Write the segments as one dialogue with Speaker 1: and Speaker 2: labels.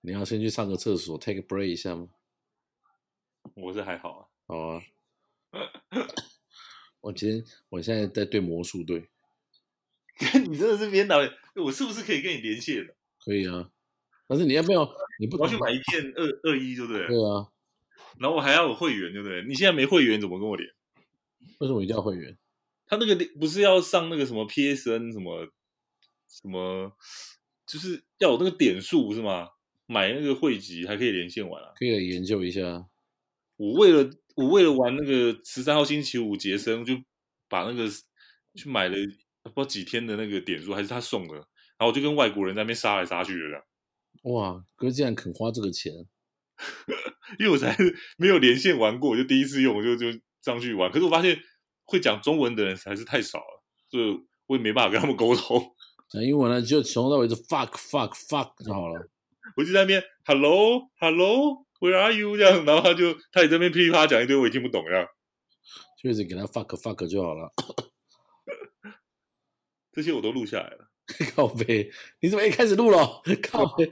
Speaker 1: 你要先去上个厕所，take a break 一下吗？
Speaker 2: 我是还好啊，
Speaker 1: 好啊。我今天我现在在对魔术队，
Speaker 2: 你真的是编导演，我是不是可以跟你连线了？
Speaker 1: 可以啊。但是你要不要？你不
Speaker 2: 我要去买一片二二一，对不对了？
Speaker 1: 对啊？
Speaker 2: 然后我还要有会员，对不对了？你现在没会员怎么跟我连？
Speaker 1: 为什么一定要会员？
Speaker 2: 他那个不是要上那个什么 PSN 什么什么，就是要有那个点数不是吗？买那个会籍还可以连线玩啊！
Speaker 1: 可以来研究一下。
Speaker 2: 我为了我为了玩那个十三号星期五节生，就把那个去买了不知道几天的那个点数，还是他送的，然后我就跟外国人在那边杀来杀去的这样，
Speaker 1: 哇，哥竟然肯花这个钱，啊
Speaker 2: 因为我才 没有连线玩过，我就第一次用，我就就上去玩。可是我发现会讲中文的人还是太少了，所以我也没办法跟他们沟通。
Speaker 1: 讲英文呢就从头到尾就 fuck fuck fuck 就好了。
Speaker 2: 我就在那边 hello hello where are you 这样，然后他就他也在那边噼里啪啦讲一堆，我也听不懂这样。
Speaker 1: 就一直给他 fuck fuck 就好了。
Speaker 2: 这些我都录下来了。
Speaker 1: 靠背，你怎么一开始录了？靠背，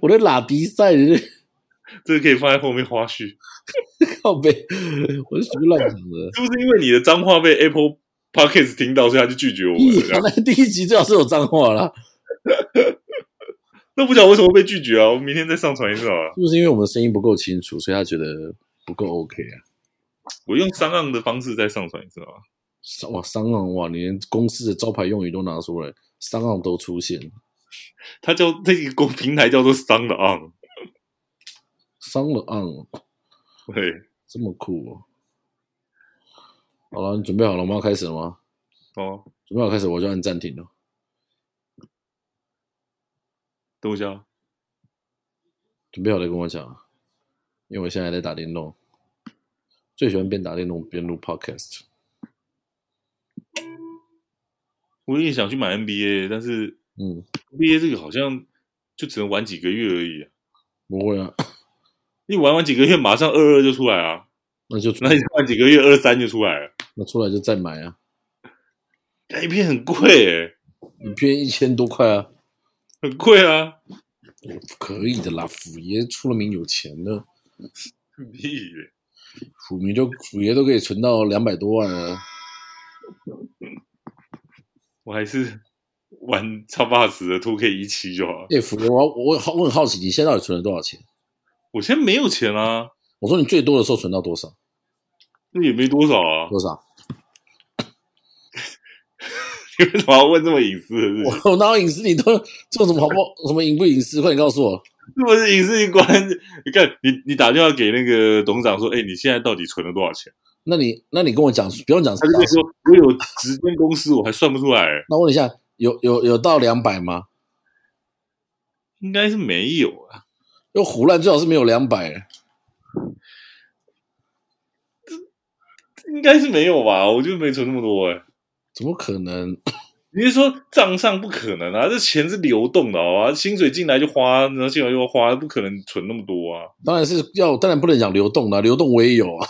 Speaker 1: 我在拉比赛，你在
Speaker 2: 这个可以放在后面花絮。
Speaker 1: 靠背，我是随便乱讲的。
Speaker 2: 是不是因为你的脏话被 Apple Podcast 听到，所以他就拒绝我
Speaker 1: 屁
Speaker 2: 们
Speaker 1: 啊！
Speaker 2: 了？
Speaker 1: 那第一集最好是有脏话啦，
Speaker 2: 那不晓得为什么被拒绝啊？我明天再上传一次好了。
Speaker 1: 是不是因为我们声音不够清楚，所以他觉得不够 OK 啊？
Speaker 2: 我用商岸的方式再上传一次啊好了。
Speaker 1: 哇，商浪哇，你连公司的招牌用语都拿出来，商浪都出现，
Speaker 2: 它叫这个公平台叫做商的 on，
Speaker 1: 商了浪
Speaker 2: 对，
Speaker 1: 这么酷哦！好了，你准备好了吗？我们要开始了吗？
Speaker 2: 哦，
Speaker 1: 准备好开始，我就按暂停了。
Speaker 2: 等我一下啊，
Speaker 1: 准备好了跟我讲啊，因为我现在在打电动，最喜欢边打电动边录 podcast。
Speaker 2: 我也想去买 NBA，但是
Speaker 1: 嗯，
Speaker 2: NBA 这个好像就只能玩几个月而已、啊，
Speaker 1: 不会啊，
Speaker 2: 你玩完几个月，马上二二就出来啊，
Speaker 1: 那就出
Speaker 2: 那你再玩几个月二三就出来了，
Speaker 1: 那出来就再买啊，
Speaker 2: 那一片很贵、欸，
Speaker 1: 一片一千多块啊，
Speaker 2: 很贵啊，
Speaker 1: 可以的啦。虎爷出了名有钱的，
Speaker 2: 屁耶、
Speaker 1: 虎迷就虎爷都可以存到两百多万啊。
Speaker 2: 我还是玩超霸十的 Two K 一七就好了。
Speaker 1: 哎、虎爷，我要我好我很好奇，你现在到底存了多少钱？
Speaker 2: 我现在没有钱啊，
Speaker 1: 我说你最多的时候存到多少？
Speaker 2: 那也没多少啊。
Speaker 1: 多少？
Speaker 2: 你 为什么要问这么隐私的事情？
Speaker 1: 我我哪有隐私？你都做什么好不好？什么隐不隐私？快点告诉我！
Speaker 2: 是不是隐私一关？你看，你你打电话给那个董事长说，哎、你现在到底存了多少钱？
Speaker 1: 那你那你跟我讲，不用讲
Speaker 2: 他就会说，我有直间公司，我还算不出来、
Speaker 1: 那问一下，有有有到两百吗？
Speaker 2: 应该是没有啊。
Speaker 1: 因为胡乱最好是没有两百，
Speaker 2: 应该是没有吧？我就没存那么多哎、
Speaker 1: 怎么可能？
Speaker 2: 你是说账上不可能啊？这钱是流动的好吧？薪水进来就花，然后进来又花，不可能存那么多啊。
Speaker 1: 当然是要，当然不能讲流动啦，流动我也有啊。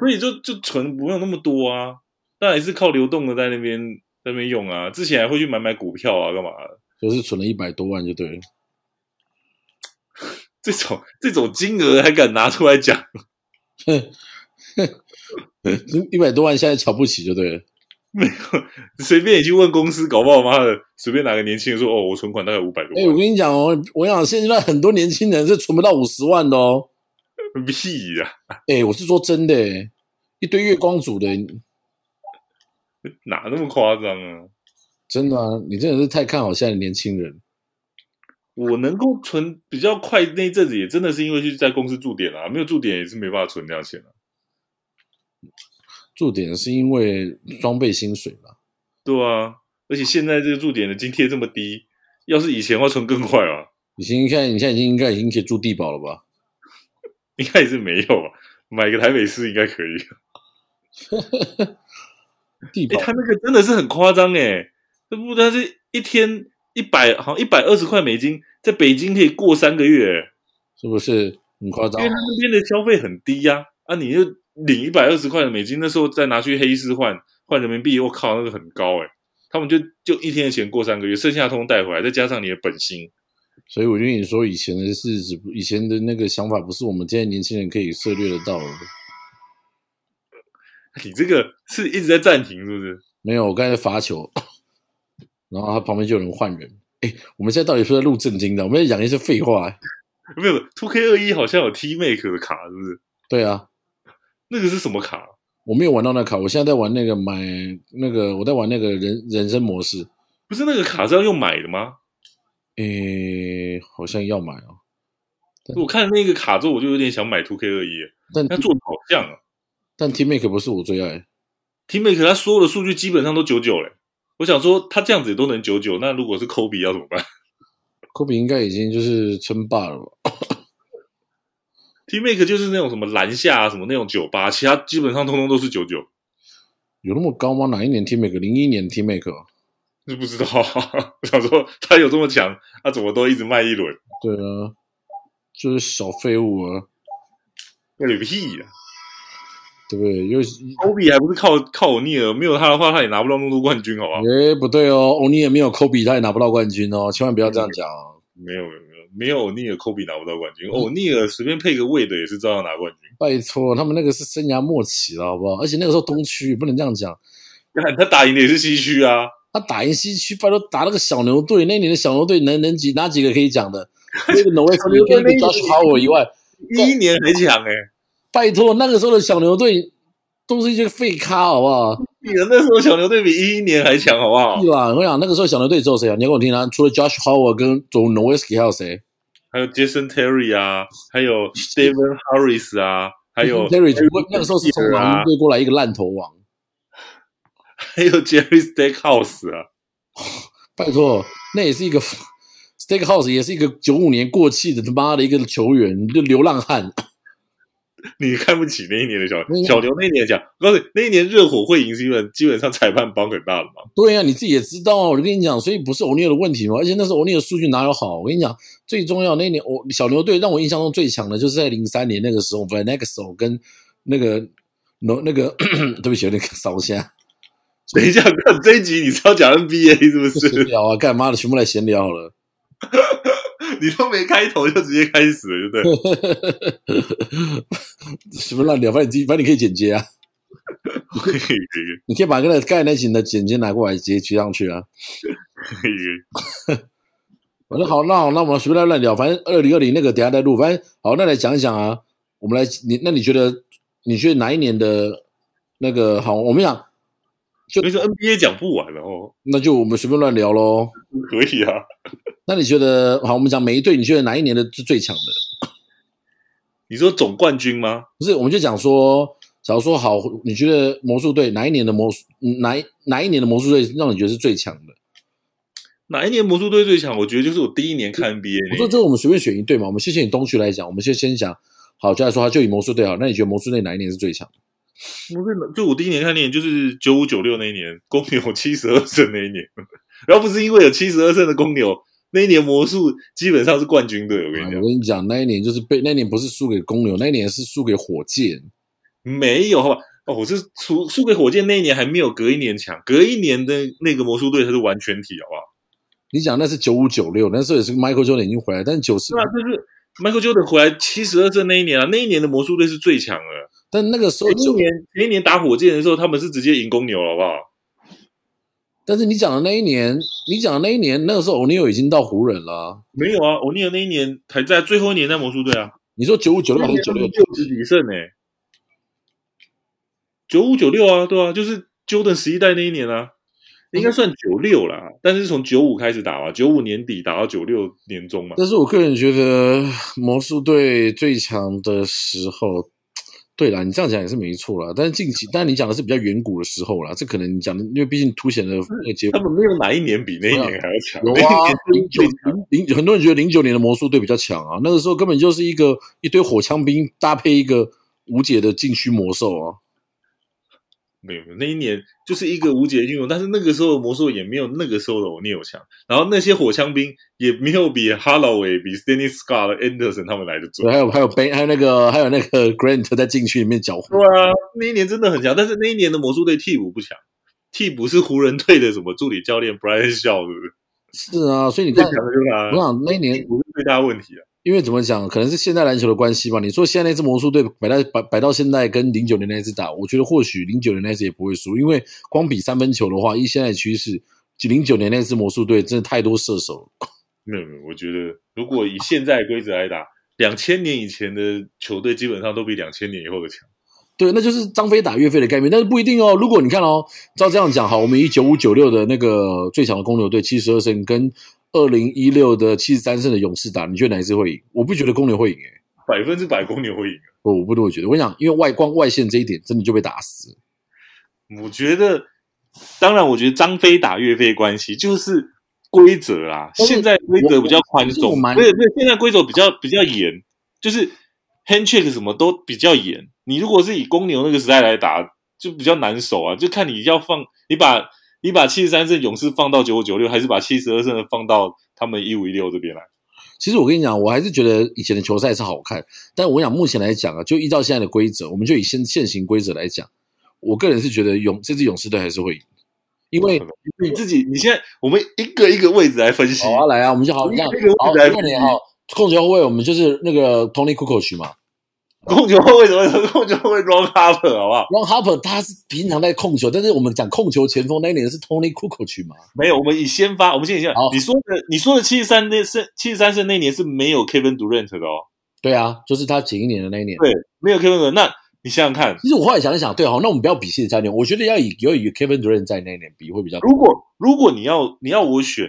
Speaker 2: 所以就就存不用那么多啊，当然也是靠流动的在那边在那边用啊。之前还会去买买股票啊，干嘛的？
Speaker 1: 就是存了一百多万就对了。
Speaker 2: 这种这种金额还敢拿出来讲？
Speaker 1: 一百多万现在瞧不起就对了。
Speaker 2: 随便你去问公司，搞不好妈的随便哪个年轻人说哦，我存款大概五百多
Speaker 1: 哎、我
Speaker 2: 万，
Speaker 1: 跟你讲哦，我想现在很多年轻人是存不到五十万的哦。
Speaker 2: 屁呀、
Speaker 1: 哎、我是说真的、哎一堆月光族的，
Speaker 2: 哪那么夸张啊？
Speaker 1: 真的啊，你真的是太看好现在的年轻人。
Speaker 2: 我能够存比较快那一阵子，也真的是因为去在公司驻点啊，没有驻点也是没办法存这样钱啊。
Speaker 1: 重点是因为装备薪水啦，
Speaker 2: 对啊，而且现在这个驻点的津贴这么低，要是以前的话存更快啊。
Speaker 1: 你现在看，你现在已经应该已经可以住地堡了吧？
Speaker 2: 应啊该也是没有啊，买个台北市应该可以。
Speaker 1: 地
Speaker 2: 哎、
Speaker 1: 堡
Speaker 2: 他那个真的是很夸张哎，这不但是一天一百，好像一百二十块美金，在北京可以过三个月欸，
Speaker 1: 是不是很夸张
Speaker 2: 因为？他那边的消费很低呀、啊，你就领一百二十块的美金，那时候再拿去黑市换换人民币，我靠，那个很高哎，他们就就一天的钱过三个月，剩下的通通带回来，再加上你的本薪，
Speaker 1: 所以我就跟你说，以前的日子，以前的那个想法，不是我们现在年轻人可以涉略得到的。
Speaker 2: 你这个是一直在暂停是不是？
Speaker 1: 没有，我刚才在罚球，然后他旁边就有人换人。哎，我们现在到底是不是在录正经的？我们在讲一些废话、哎
Speaker 2: 没有，Two K 二一好像有 T Make 的卡是不是？
Speaker 1: 对啊，
Speaker 2: 那个是什么卡？
Speaker 1: 我没有玩到那卡，我现在在玩那个买那个，我在玩那个人人生模式。
Speaker 2: 不是那个卡是要用买的吗？
Speaker 1: 诶，好像要买哦，
Speaker 2: 我看那个卡之后，我就有点想买 Two K 二一，
Speaker 1: 但
Speaker 2: 他做的好像啊
Speaker 1: 但 T Make 不是我最爱。
Speaker 2: ，T Make 他所有的数据基本上都九九嘞。我想说，他这样子也都能九九，那如果是科比要怎么办
Speaker 1: 科比应该已经就是称霸了吧？
Speaker 2: ？T Make 就是那种什么篮下啊，什么那种九八，其他基本上通通都是九九，
Speaker 1: 有那么高吗？哪一年 T Make？零一年 T Make？哦
Speaker 2: 就不知道。啊 我想说他有这么强，他怎么都一直卖一轮？
Speaker 1: 对啊，就是小废物啊，
Speaker 2: 那有屁呀、
Speaker 1: 对不对？又
Speaker 2: 科比还不是靠靠我逆尔，没有他的话，他也拿不到那么多冠军，好不好？
Speaker 1: 诶，不对哦，欧尼也没有科比，他也拿不到冠军哦，千万不要这样讲哦。
Speaker 2: 没有没有没有，没有欧尼尔，科比拿不到冠军。欧尼尔随便配个位的也是照样拿冠军。
Speaker 1: 拜托，他们那个是生涯末期了，好不好？而且那个时候东区不能这样讲，
Speaker 2: 看他打赢的也是西区啊，
Speaker 1: 他打赢西区，拜托打那个小牛队，那年的小牛队能能几哪几个可以讲 的？那个 n o w
Speaker 2: 牛队
Speaker 1: 跟那
Speaker 2: 那一
Speaker 1: 个 Josh Howard 以外，
Speaker 2: 一一年很强哎、
Speaker 1: 拜托那个时候的小牛队都是一些废咖，好不好？
Speaker 2: 你的那时候小牛队比一一年还强，好不好？
Speaker 1: 对吧？我想那个时候小牛队只有谁啊？你要给我听啊，除了 Josh Howard 跟 j o n o w i s k y 还有谁？
Speaker 2: 还有 Jason Terry 啊，还有 Stephen Harris 啊，还有
Speaker 1: Terry，那个时候是从
Speaker 2: Rozier
Speaker 1: 老鹰
Speaker 2: 啊，
Speaker 1: 队过来一个烂头王，
Speaker 2: 还有 Jerry Stackhouse 啊，
Speaker 1: 拜托，那也是一个 Steakhouse，也是一个九五年过气的他妈的一个球员，就流浪汉。
Speaker 2: 你看不起那一年的小
Speaker 1: 嗯
Speaker 2: 小牛那一年强，我告诉你，那一年热火会赢是因为基本上裁判帮很大的忙。
Speaker 1: 对呀、你自己也知道啊，我就跟你讲，所以不是欧尼尔的问题嘛。而且那时候欧尼尔数据哪有好？我跟你讲，最重要那一年，我小牛队让我印象中最强的就是在零三年那个时候 v a n e x o 跟那个那那个， 对不起，有点烧香。
Speaker 2: 等一下，看这一集你是要讲 NBA 是不
Speaker 1: 闲
Speaker 2: 是？
Speaker 1: 聊啊，干嘛的？全部来闲聊好了。
Speaker 2: 你都没开头就直接开始了，对不对？
Speaker 1: 什么乱聊？反正你自己，反正你可以剪接啊，
Speaker 2: 可以可以可
Speaker 1: 你可以把那个盖那型的剪接拿过来，直接接上去啊。
Speaker 2: 以可以，
Speaker 1: 反正好，那好，那我们随便乱聊。反正二零二零那个等一下再录。反正好，那来讲一讲啊。我们来，你那你觉得，你觉得哪一年的那个好？我们讲，
Speaker 2: 所以说 NBA 讲不完了哦，
Speaker 1: 那就我们随便乱聊喽。
Speaker 2: 可以啊。
Speaker 1: 那你觉得好？我们讲每一队，你觉得哪一年的是最强的？
Speaker 2: 你说总冠军吗？
Speaker 1: 不是，我们就讲说，假如说好，你觉得魔术队哪一年的魔术嗯哪一哪一年的魔术队让你觉得是最强的？
Speaker 2: 哪一年魔术队最强？我觉得就是我第一年看 NBA
Speaker 1: 我
Speaker 2: 那
Speaker 1: 说，
Speaker 2: 一
Speaker 1: 就我们随便选一队嘛。我们先选东区来讲，我们先先讲好，就来说，他就以魔术队好。那你觉得魔术队哪一年是最强？
Speaker 2: 年，魔术队就我第一年看那年就是九五九六那一年，公牛七十二胜那一年，然后不是因为有七十二胜的公牛，那一年魔术基本上是冠军队。我跟
Speaker 1: 啊
Speaker 2: 你
Speaker 1: 我
Speaker 2: 讲，
Speaker 1: 跟你讲，那一年就是被那一年不是输给公牛，那一年是输给火箭。
Speaker 2: 没有好吧？哦，我是输输给火箭那一年还没有隔一年强，隔一年的那个魔术队它是完全体，好不好？
Speaker 1: 你讲那是九五九六，那时候也是 Michael Jordan 已经回来，但是九十
Speaker 2: 对，啊，就是 Michael Jordan 回来七十二胜那一年啊，那一年的魔术队是最强的。
Speaker 1: 但那个时候
Speaker 2: 前哦一
Speaker 1: 就，
Speaker 2: 年前一年打火箭的时候，他们是直接赢公牛，好不好？
Speaker 1: 但是你讲的那一年，你讲的那一年，那个时候 O'Neal 已经到湖人了啊。
Speaker 2: 没有啊，欧尼尔那一年还在最后一年在魔术队啊，
Speaker 1: 你说九五九六还是九
Speaker 2: 六
Speaker 1: 六？
Speaker 2: 十几胜呢、
Speaker 1: 欸
Speaker 2: 九五九六啊，对啊，就是 Jordan 十一代那一年啊，应该算九六啦，但是从九五开始打嘛，九五年底打到九六年中嘛，
Speaker 1: 但是我个人觉得魔术队最强的时候，对啦，你这样讲也是没错啦。但是近期，但你讲的是比较远古的时候啦，这可能你讲的，因为毕竟凸显了那个结
Speaker 2: 他
Speaker 1: 果。
Speaker 2: 们没有哪一年比那一年还要强，
Speaker 1: 有
Speaker 2: 那一
Speaker 1: 啊
Speaker 2: 年，
Speaker 1: 零九
Speaker 2: 最强
Speaker 1: 零零，很多人觉得零九年的魔术队比较强啊，那个时候根本就是一个一堆火枪兵搭配一个无解的禁区魔兽啊。
Speaker 2: 没有没有，那一年就是一个无解的运动，但是那个时候的魔兽也没有那个时候的欧尼尔强，然后那些火枪兵也没有比 Holloway、比 Stanley Scott、Anderson 他们来的准
Speaker 1: 对，。还有还有 b 还有那个还有那个 Grant 在禁区里面搅和
Speaker 2: 对，啊，那一年真的很强，但是那一年的魔术队替补不强，替补是湖人队的什么助理教练 Brian Shaw，是不是？
Speaker 1: 是啊，所以你
Speaker 2: 最
Speaker 1: 看
Speaker 2: 强，的就是
Speaker 1: 我
Speaker 2: 他，
Speaker 1: 想那一年
Speaker 2: 替补是最大的问题啊。
Speaker 1: 因为怎么讲，可能是现代篮球的关系吧。你说现在那支魔术队摆到摆摆到现在跟零九年那一支打，我觉得或许零九年那一支也不会输，因为光比三分球的话，依现在的趋势，零九年那支魔术队真的太多射手了。
Speaker 2: 没有没有，我觉得如果以现在的规则来打，两千年以前的球队基本上都比两千年以后的强。
Speaker 1: 对，那就是张飞打岳飞的概念，但是不一定哦。如果你看哦，照这样讲好，我们以九五九六的那个最强的公牛队七十二胜跟二零一六的七十三胜的勇士打，你觉得哪一支会赢？我不觉得公牛会赢、诶，
Speaker 2: 百分之百公牛会赢。
Speaker 1: 我我不这么觉得。我想，因为外光外线这一点真的就被打死了。
Speaker 2: 我觉得，当然，我觉得张飞打岳飞的关系就是规则啦。
Speaker 1: 但是
Speaker 2: 现在规则比较宽
Speaker 1: 我我我
Speaker 2: 松，
Speaker 1: 蛮
Speaker 2: 对对，现在规则比较比较严，就是 handshake 什么都比较严。你如果是以公牛那个时代来打，就比较难守啊，就看你要放你把你把七十三胜勇士放到九五九六，还是把七十二胜的放到他们一五一六这边来。
Speaker 1: 其实我跟你讲，我还是觉得以前的球赛是好看，但我想目前来讲啊，就依照现在的规则，我们就以现现行规则来讲，我个人是觉得勇这支勇士队还是会赢，因为
Speaker 2: 你自己，你现在我们一个一个位置来分析
Speaker 1: 好。啊，来啊，我们就好这样
Speaker 2: 这个，
Speaker 1: 好，
Speaker 2: 问题来
Speaker 1: 那你好，控球后卫我们就是那个 Tony Kukoc 嘛
Speaker 2: 控球后卫怎么？控球后卫 Ron Harper 好不好？
Speaker 1: ，Ron Harper 他是平常在控球，但是我们讲控球前锋那一年是 Tony Kukoc 嘛，
Speaker 2: 没有，我们以先发，我们先以先
Speaker 1: 好。
Speaker 2: 你说的，你说的七十三那是七十三胜那年是没有 Kevin Durant 的哦，
Speaker 1: 对啊，就是他前一年的那一年。
Speaker 2: 对，没有 Kevin Durant。那你想想看，
Speaker 1: 其实我后来想一想，对，啊好，那我们不要比谢教练，我觉得要以要以 Kevin Durant 在那一年比会比较。
Speaker 2: 如果如果你要你要我选，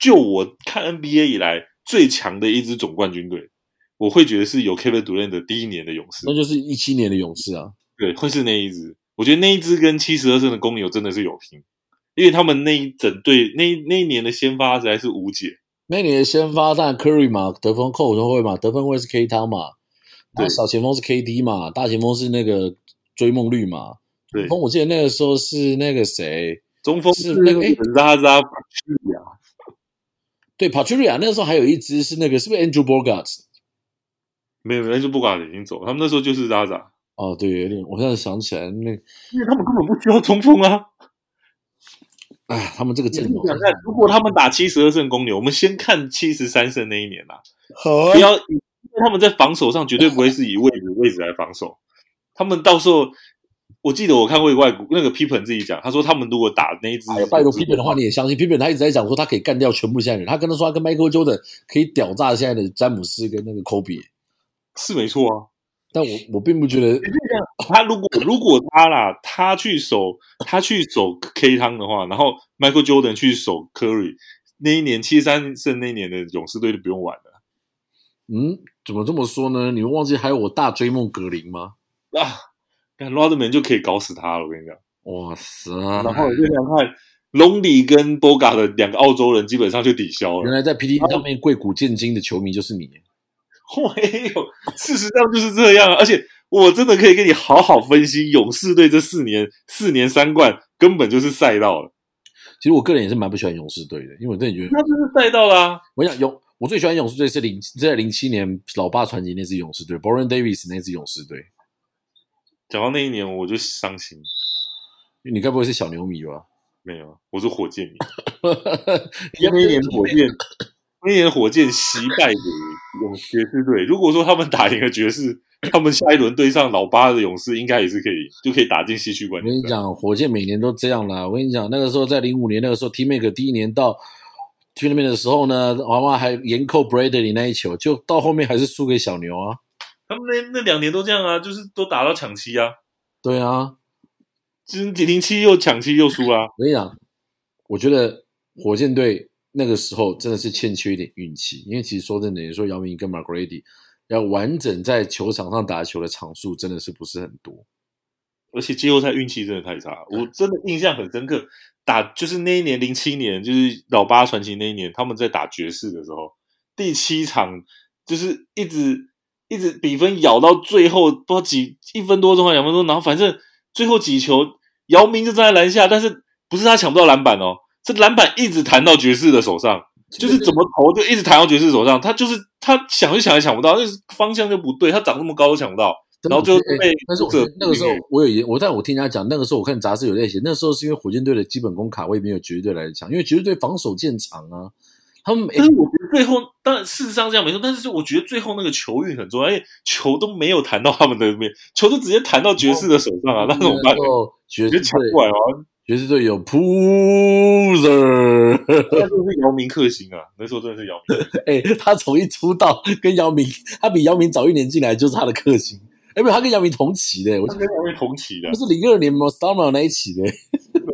Speaker 2: 就我看 NBA 以来最强的一支总冠军队，我会觉得是有 Kevin Durant 的第一年的勇士
Speaker 1: 那，就是一七年的勇士啊，
Speaker 2: 对，会是那一支。我觉得那一支跟七十二胜的公牛真的是有拼，因为他们那一整队那一那一年的先发实在是无解。
Speaker 1: 那年的先发当然 Curry 嘛，得分扣球后卫嘛，得分后卫是 K 汤嘛，
Speaker 2: 对
Speaker 1: 那小前锋是 KD 嘛，大前锋是那个追梦绿嘛。
Speaker 2: 对
Speaker 1: 中锋我记得那个时候是那个谁，
Speaker 2: 中锋
Speaker 1: 嗯是那个哎
Speaker 2: 拉扎巴去啊，
Speaker 1: 对 Patricia 那时候还有一支是那个是不是 Andrew Bogut？
Speaker 2: 没有，没有，那就不管了，已经走了。他们那时候就是拉扎，
Speaker 1: 哦，对，有点，我现在想起来那，
Speaker 2: 因为他们根本不需要中锋啊。
Speaker 1: 哎，他们这个阵容
Speaker 2: 你想看，如果他们打七十二胜公牛，我们先看七十三胜那一年啊，
Speaker 1: 好
Speaker 2: 不要，因为他们在防守上绝对不会是以位置 位置来防守，他们到时候。我记得我看过一个外国那个 p i p e n 自己讲，他说他们如果打那一支，
Speaker 1: 哎呀，拜托 p i p e n 的话，你也相信 p i p e n 他一直在讲说他可以干掉全部现在人，他跟他说他跟 Michael Jordan 可以屌炸现在的詹姆斯跟那个 Kobe，
Speaker 2: 是没错啊。
Speaker 1: 但我我并不觉得
Speaker 2: 他如果如果他啦，他去守他去守 K 汤的话，然后 Michael Jordan 去守 Curry，那一年七三胜那一年的勇士队就不用玩了。
Speaker 1: 嗯，怎么这么说呢？你们忘记还有我大追梦格林吗？
Speaker 2: 啊，看 Rodman 就可以搞死他了，我跟你讲。
Speaker 1: 哇塞！
Speaker 2: 然后你就想看 Longley 跟 Boga 的两个澳洲人基本上就抵消
Speaker 1: 原
Speaker 2: 了。
Speaker 1: 来在 PTT 上面贵谷建金的球迷就是你，
Speaker 2: 没有，事实上就是这样啊。而且我真的可以跟你好好分析勇士队这四年四年三冠根本就是赛道了，
Speaker 1: 其实我个人也是蛮不喜欢勇士队的，因为我真的觉得，
Speaker 2: 那就是赛道啦、
Speaker 1: 我想勇，我最喜欢勇士队是零是在零七年老爸传奇那支勇士队 b o r o n Davis 那支勇士队。
Speaker 2: 讲到那一年我就伤心，
Speaker 1: 你该不会是小牛迷吧？
Speaker 2: 没有，我是火箭迷。
Speaker 1: 因
Speaker 2: 那一年火箭，那一年火箭惜败给勇爵士队。如果说他们打赢了爵士，他们下一轮对上老八的勇士，应该也是可以，就可以打进西区冠
Speaker 1: 我跟
Speaker 2: 军
Speaker 1: 你
Speaker 2: 赛。
Speaker 1: 讲，火箭每年都这样啦。我跟你讲，那个时候在零五年那个时候 T Mac 第一年到去那边的时候呢，娃娃还严扣 Bradley 那一球，就到后面还是输给小牛啊。
Speaker 2: 他们那那两年都这样啊，就是都打到抢七啊，
Speaker 1: 对啊，
Speaker 2: 就是零七又抢七又输啦、啊
Speaker 1: 我跟你讲，我觉得火箭队那个时候真的是欠缺一点运气，因为其实说真的，你说姚明跟 Mark Grady 要完整在球场上打球的场数真的是不是很多。
Speaker 2: 而且季后赛运气真的太差，我真的印象很深刻。打就是那一年零七年，就是老八传奇那一年，他们在打爵士的时候，第七场就是一直一直比分咬到最后，不知道几一分多钟还是两分钟，然后反正最后几球，姚明就站在篮下，但是不是他抢不到篮板哦，这篮板一直弹到爵士的手上，就是怎么投就一直弹到爵士手上，他就是他想就想也想不到，就是方向就不对，他长那么高都抢不到，
Speaker 1: 真的
Speaker 2: 然后最后被
Speaker 1: 哎但是我
Speaker 2: 这
Speaker 1: 那个时候我有研，我但我听人家讲，那个时候我看杂志有在写，那时候是因为火箭队的基本功卡位没有绝对来的强，因为绝对队防守见长啊，他们每
Speaker 2: 但是我觉得最后，当然事实上这样没错，但是我觉得最后那个球运很重要，因为球都没有弹到他们的面，球都直接弹到爵士的手上
Speaker 1: 哦
Speaker 2: 啊，那怎么办？
Speaker 1: 爵
Speaker 2: 直接
Speaker 1: 士
Speaker 2: 抢
Speaker 1: 队
Speaker 2: 过来啊！
Speaker 1: 爵士队有 Puser，
Speaker 2: 那就是姚明克星啊，那时候真的是姚明。
Speaker 1: 哎、他从一出道跟姚明，他比姚明早一年进来就是他的克星，哎、没有，他跟姚明同期的、我
Speaker 2: 他
Speaker 1: 记
Speaker 2: 跟姚明同期的
Speaker 1: 得，是零二年 Most a r m a 那一期的、
Speaker 2: 对吧？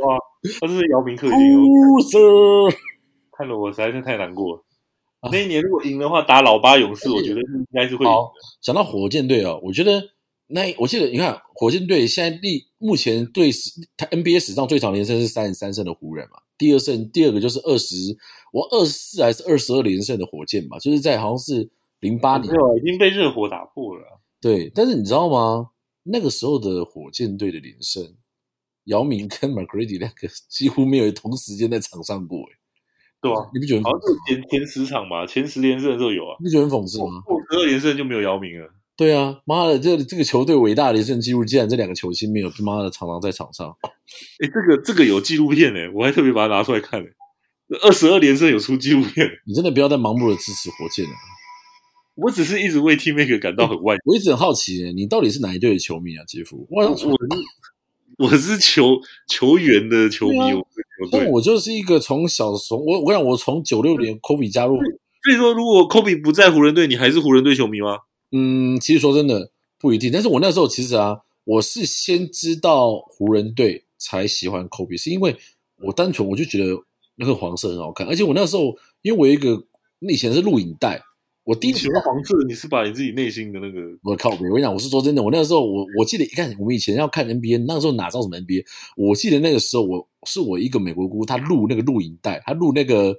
Speaker 2: 他就是姚明克星，
Speaker 1: 哦
Speaker 2: 哦
Speaker 1: Puser，
Speaker 2: 看了我实在是太难过了。那一年如果赢的话，打老八勇士，我觉得是应该是会赢
Speaker 1: 好
Speaker 2: 的。
Speaker 1: 讲到火箭队哦，我觉得那我记得你看火箭队现在历目前对史他 NBA 史上最长连胜是三十三胜的湖人嘛，第二胜第二个就是二十我二十四还是二十二连胜的火箭嘛，就是在好像是零八年
Speaker 2: 没有啊，已经被热火打破了。啊
Speaker 1: 对，但是你知道吗？那个时候的火箭队的连胜，姚明跟 McGrady 两个几乎没有同时间在场上过，哎
Speaker 2: 对吧？
Speaker 1: 你不觉得很
Speaker 2: 好
Speaker 1: 讽
Speaker 2: 像
Speaker 1: 刺吗？
Speaker 2: 是前前十场吧，前十连胜的时候有啊，
Speaker 1: 你不觉得很讽刺吗？
Speaker 2: 过十二连胜就没有姚明了。
Speaker 1: 对啊，妈的，这这个球队伟大的连胜纪录，竟然这两个球星没有他妈的常常在场上。
Speaker 2: 哎，这个这个有纪录片呢，我还特别把它拿出来看呢。二十二连胜有出纪录片，
Speaker 1: 你真的不要再盲目的支持火箭了。
Speaker 2: 我只是一直为 teammate 感到很 万。
Speaker 1: 我一直很好奇，欸你到底是哪一队的球迷啊，杰夫？我好像
Speaker 2: 我我是球球员的球迷，
Speaker 1: 对啊
Speaker 2: 我不是球
Speaker 1: 但
Speaker 2: 队。
Speaker 1: 我就是一个从小从我我跟你讲，我从九六年科比加入，
Speaker 2: 所以说，如果 Kobe 不在湖人队，你还是湖人队球迷吗？
Speaker 1: 嗯，其实说真的不一定。但是我那时候其实啊，我是先知道湖人队才喜欢科比，是因为我单纯我就觉得那个黄色很好看，而且我那时候因为我有一个那以前是录影带，我第一
Speaker 2: 你
Speaker 1: 次
Speaker 2: 喜欢黄色，你是把你自己内心的那个
Speaker 1: 我靠北！我跟你讲，我是说真的，我那个时候我我记得，看我们以前要看 NBA，那时候哪知道什么 NBA？我记得那个时候我是我一个美国姑，她录那个录影带，她录那个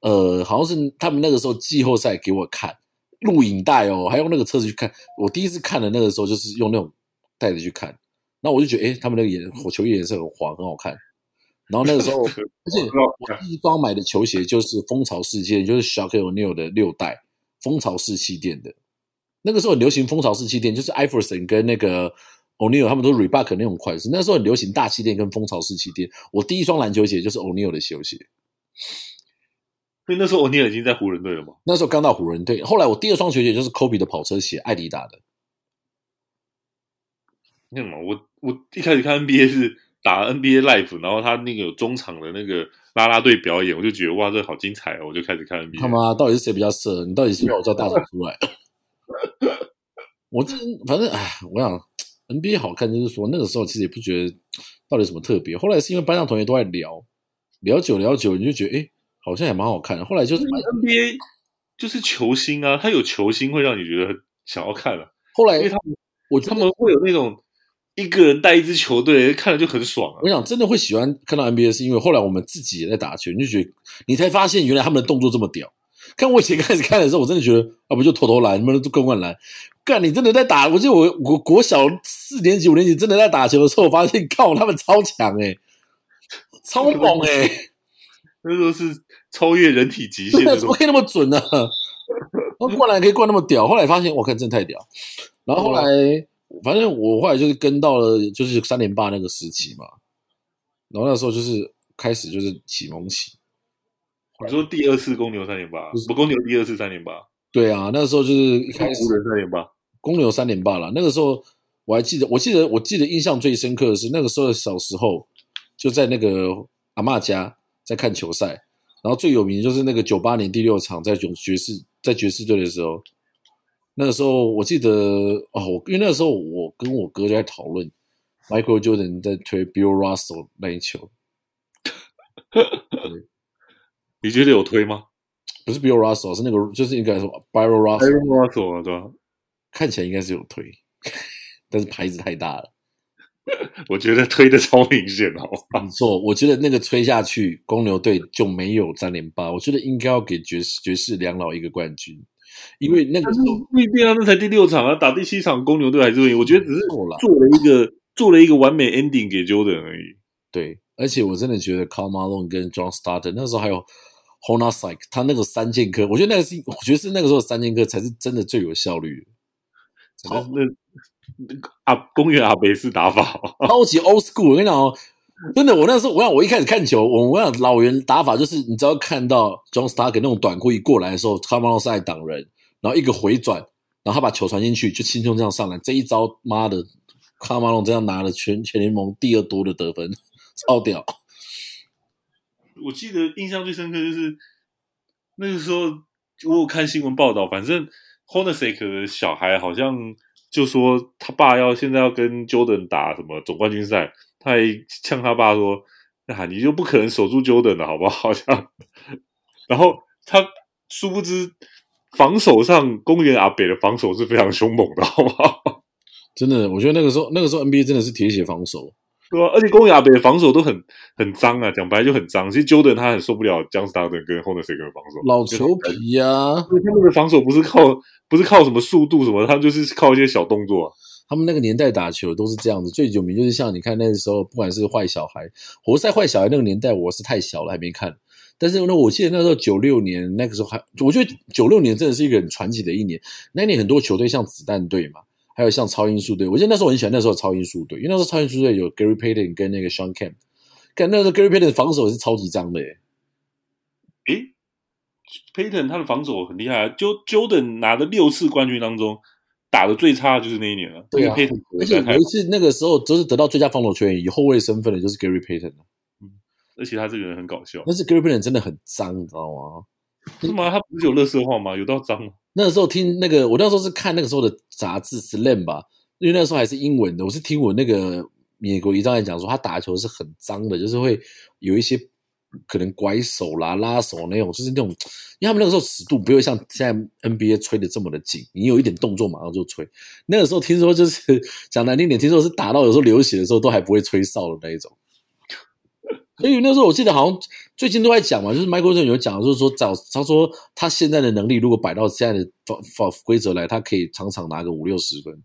Speaker 1: 呃，好像是他们那个时候季后赛给我看录影带哦，还用那个车子去看。我第一次看的那个时候就是用那种带子去看，那我就觉得诶，他们那个颜火球衣颜色很黄，很好看。然后那个时候，而且我第一双买的球鞋就是蜂巢世界，就是 Shaq O'Neal 的六代蜂巢式气垫的。那个时候很流行蜂巢式气垫，就是 Iverson 跟那个 O'Neal 他们都是 Reebok 那种款式。那时候很流行大气垫跟蜂巢式气垫。我第一双篮球鞋就是 O'Neal 的球鞋，
Speaker 2: 所以那时候欧尼尔已经在湖人队了嘛？
Speaker 1: 那时候刚到湖人队。后来我第二双球鞋就是 Kobe 的跑车鞋，艾迪达的。
Speaker 2: 你看嘛，我我一开始看 NBA 是打 NBA Live，然后他那个有中场的那个啦啦队表演，我就觉得哇，这好精彩哦，我就开始看 NBA。
Speaker 1: 他妈到底是谁比较色？你到底是不是要我叫大嫂出来？ 我这反正哎，我想 NBA 好看，就是说那个时候其实也不觉得到底有什么特别。后来是因为班上同学都在聊，聊久聊久，你就觉得哎、好像也蛮好看的。后来就是
Speaker 2: 因为 NBA 就是球星啊，他有球星会让你觉得很想要看啊，
Speaker 1: 后来
Speaker 2: 因为他们
Speaker 1: 我觉
Speaker 2: 他
Speaker 1: 得
Speaker 2: 们会有那种一个人带一支球队，看了就很爽啊
Speaker 1: 我。想真的会喜欢看到 NBA，是因为后来我们自己也在打球，你就觉得你才发现原来他们的动作这么屌。看我以前开始看的时候，我真的觉得啊，不就投投篮，你们都灌灌篮。干，你真的在打！我记得我我国小四年级、五年级真的在打球的时候，我发现靠他们超强诶、超猛欸诶、
Speaker 2: 那时候是超越人体极限
Speaker 1: 对啊怎
Speaker 2: 的时
Speaker 1: 么
Speaker 2: 候，
Speaker 1: 可以那么准呢、那灌篮可以灌那么屌，后来发现我看真的太屌。然后后来，反正我后来就是跟到了就是三连霸那个时期嘛，然后那时候就是开始就是启蒙期。
Speaker 2: 你说第二次公牛三连八
Speaker 1: 不是，
Speaker 2: 不公牛第二次三连八，
Speaker 1: 对啊，那时候就是一
Speaker 2: 湖
Speaker 1: 开始
Speaker 2: 人三连八，
Speaker 1: 公牛三连霸了。那个时候我还记得，我记得我记得印象最深刻的是那个时候小时候就在那个阿嬷家在看球赛，然后最有名的就是那个九八年第六场在勇爵士在爵士队的时候，那个时候我记得哦，我因为那个时候我跟我哥就在讨论 Michael Jordan 在推 Bill Russell 那一球，
Speaker 2: 你觉得有推吗？
Speaker 1: 不是 Bill Russell 是那个就是应该说 Bill
Speaker 2: 还
Speaker 1: Russell
Speaker 2: 用拉手啊，对吧？
Speaker 1: 看起来应该是有推， 但是牌子太大了。
Speaker 2: 我觉得推的哦超明显，好吧？
Speaker 1: 没错，我觉得那个吹下去，公牛队就没有三连霸。我觉得应该要给爵士爵士两老一个冠军，因为那个
Speaker 2: 但
Speaker 1: 时
Speaker 2: 是
Speaker 1: 候
Speaker 2: 不一定啊，那才第六场啊，打第七场公牛队还是会赢。我觉得只是
Speaker 1: 够了。
Speaker 2: 做了一个做了一个完美 ending 给 Jordan 而已。
Speaker 1: 对，而且我真的觉得 Karl Malone 跟 John Stockton 那时候还有 h o n a s i k 他那个三剑客，我觉得那个是，我觉得是那个时候的三剑客才是真的最有效率的，
Speaker 2: 好，那啊，公园阿北是打法，哦
Speaker 1: 超级 old school。我跟你讲哦，真的，我那时候我想我一开始看球，我我想老人打法就是，你只要看到 John Stark 那种短裤一过来的时候，卡马洛是爱挡人，然后一个回转，然后他把球传进去，就轻松这样上来，这一招妈的，卡马龙这样拿了全全联盟第二多的得分，超屌。
Speaker 2: 我记得印象最深刻就是那个时候，我有看新闻报道，反正 h o n a s e k 的小孩好像就说他爸要现在要跟 Jordan 打什么总冠军赛，他还呛他爸说：“啊，你就不可能守住 Jordan 的好不好？”这样，然后他殊不知防守上公园阿北的防守是非常凶猛的，好不好？
Speaker 1: 真的，我觉得那个时候那个时候 NBA 真的是铁血防守，
Speaker 2: 对啊，而且公园阿北的防守都很很脏啊，讲白了就很脏。其实 Jordan 他很受不了 John Stockton 跟 h o n a s e k 的防守，
Speaker 1: 老球皮啊呀、
Speaker 2: 因为他们的防守不是靠不是靠什么速度什么，他们就是靠一些小动作、啊。
Speaker 1: 他们那个年代打球都是这样子，最有名就是像你看那个时候，不管是坏小孩，活塞坏小孩那个年代，我是太小了还没看。但是呢，我记得那时候九六年，那个时候还，我觉得九六年真的是一个很传奇的一年。那一年很多球队像子弹队嘛，还有像超音速队，我记得那时候我很喜欢那时候的超音速队，因为那时候超音速队有 Gary Payton 跟那个 Sean Kemp，看那时候 Gary Payton 的防守也是超级脏的耶、
Speaker 2: 诶 p a y t o n 他的防守很厉害、啊，就 Jordan 拿的六次冠军当中，打的最差的就是那一年了、
Speaker 1: 对啊
Speaker 2: 因为 Payton
Speaker 1: 而且有一次那个时候就是得到最佳防守球员以后卫身份的，就是 Gary Payton
Speaker 2: 而且他这个人很搞笑，
Speaker 1: 但是 Gary Payton 真的很脏，你知道吗？
Speaker 2: 是吗？他不是有乐色话吗？有到脏吗？
Speaker 1: 那时候听那个，我那时候是看那个时候的杂志《Slam》吧，因为那时候还是英文的，我是听我那个美国一张人讲说，他打球是很脏的，就是会有一些可能拐手啦、拉手那种，就是那种，因为他们那个时候尺度不会像现在 NBA 吹的这么的紧，你有一点动作马上就吹。那个时候听说就是 讲难听点，听说是打到有时候流血的时候都还不会吹哨的那一种。所以那时候我记得好像最近都在讲嘛，就是 Michael Jordan 有讲，就是说找他说他现在的能力，如果摆到现在的法法规则来，他可以常常拿个五六十分，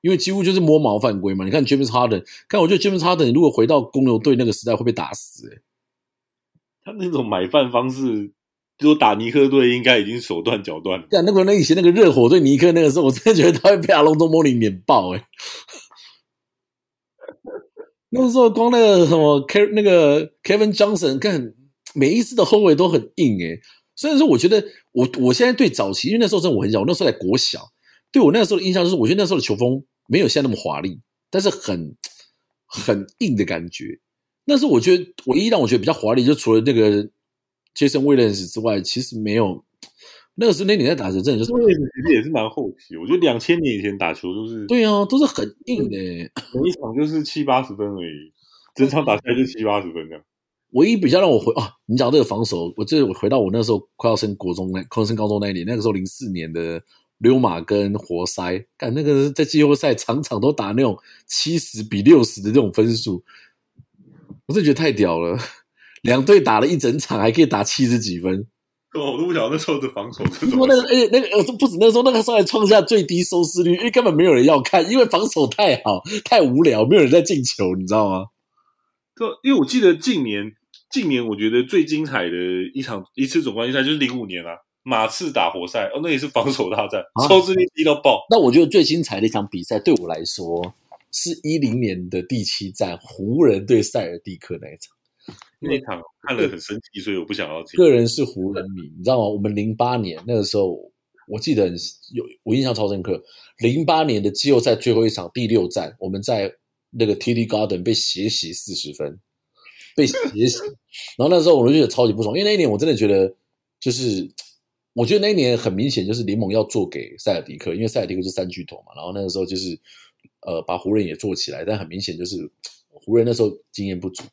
Speaker 1: 因为几乎就是摸毛犯规嘛。你看 James Harden，看我觉得 James Harden 如果回到公牛队那个时代会被打死、欸，
Speaker 2: 他那种买饭方式，就打尼克队应该已经手断脚断了。
Speaker 1: 干那个那以前那个热火对尼克那个时候，我真的觉得他会被阿隆多莫里碾爆哎、欸。 那时候光那个什么 K 那个 Kevin Johnson 看每一次的后卫都很硬诶、虽然说我觉得我我现在对早期，因为那时候真的我很小，我那时候在国小，对我那时候的印象就是，我觉得那时候的球风没有现在那么华丽，但是很很硬的感觉。那时候我觉得唯一让我觉得比较华丽，就除了那个 Jason Williams 之外，其实没有。那个时候那年代打球真的就是
Speaker 2: 因为其实也是蛮后期，我觉得两千年以前打球就是
Speaker 1: 对啊，都是很硬的、
Speaker 2: 每一场就是七八十分而已，整场打下来就七八十分这样。
Speaker 1: 唯一比较让我回啊，你讲这个防守，我这我回到我那时候快要升国中那，快要升高中那一年，那个时候零四年的溜马跟活塞，干那个在季后赛场场都打那种七十比六十的这种分数，我真的觉得太屌了。 两队打了一整场，还可以打七十几分。
Speaker 2: 哦我都不晓得那时候的防守是
Speaker 1: 不过那个，而且那个，呃不止那时候，那个时候还创下最低收视率，因为根本没有人要看，因为防守太好，太无聊，没有人在进球，你知道吗？
Speaker 2: 对，啊因为我记得近年，近年我觉得最精彩的一场一次总冠军赛就是零五年啊，马刺打活塞，哦，那也是防守大战，
Speaker 1: 啊
Speaker 2: 收视率低到爆。
Speaker 1: 那我觉得最精彩的一场比赛，对我来说是一零年的第七战，湖人对塞尔蒂克那一场。
Speaker 2: 那一场看了很生气，所以我不想要听。
Speaker 1: 个人是湖人迷，你知道吗？我们零八年那个时候，我记得很有我印象超深刻。零八年的季后赛最后一场第六战，我们在那个 TD Garden 被血洗四十分，被血洗。 然后那时候我就觉得超级不爽，因为那一年我真的觉得就是。我觉得那一年很明显就是联盟要做给塞尔迪克，因为塞尔迪克是三巨头嘛，然后那个时候就是，呃，把湖人也做起来，但很明显就是湖人那时候经验不足，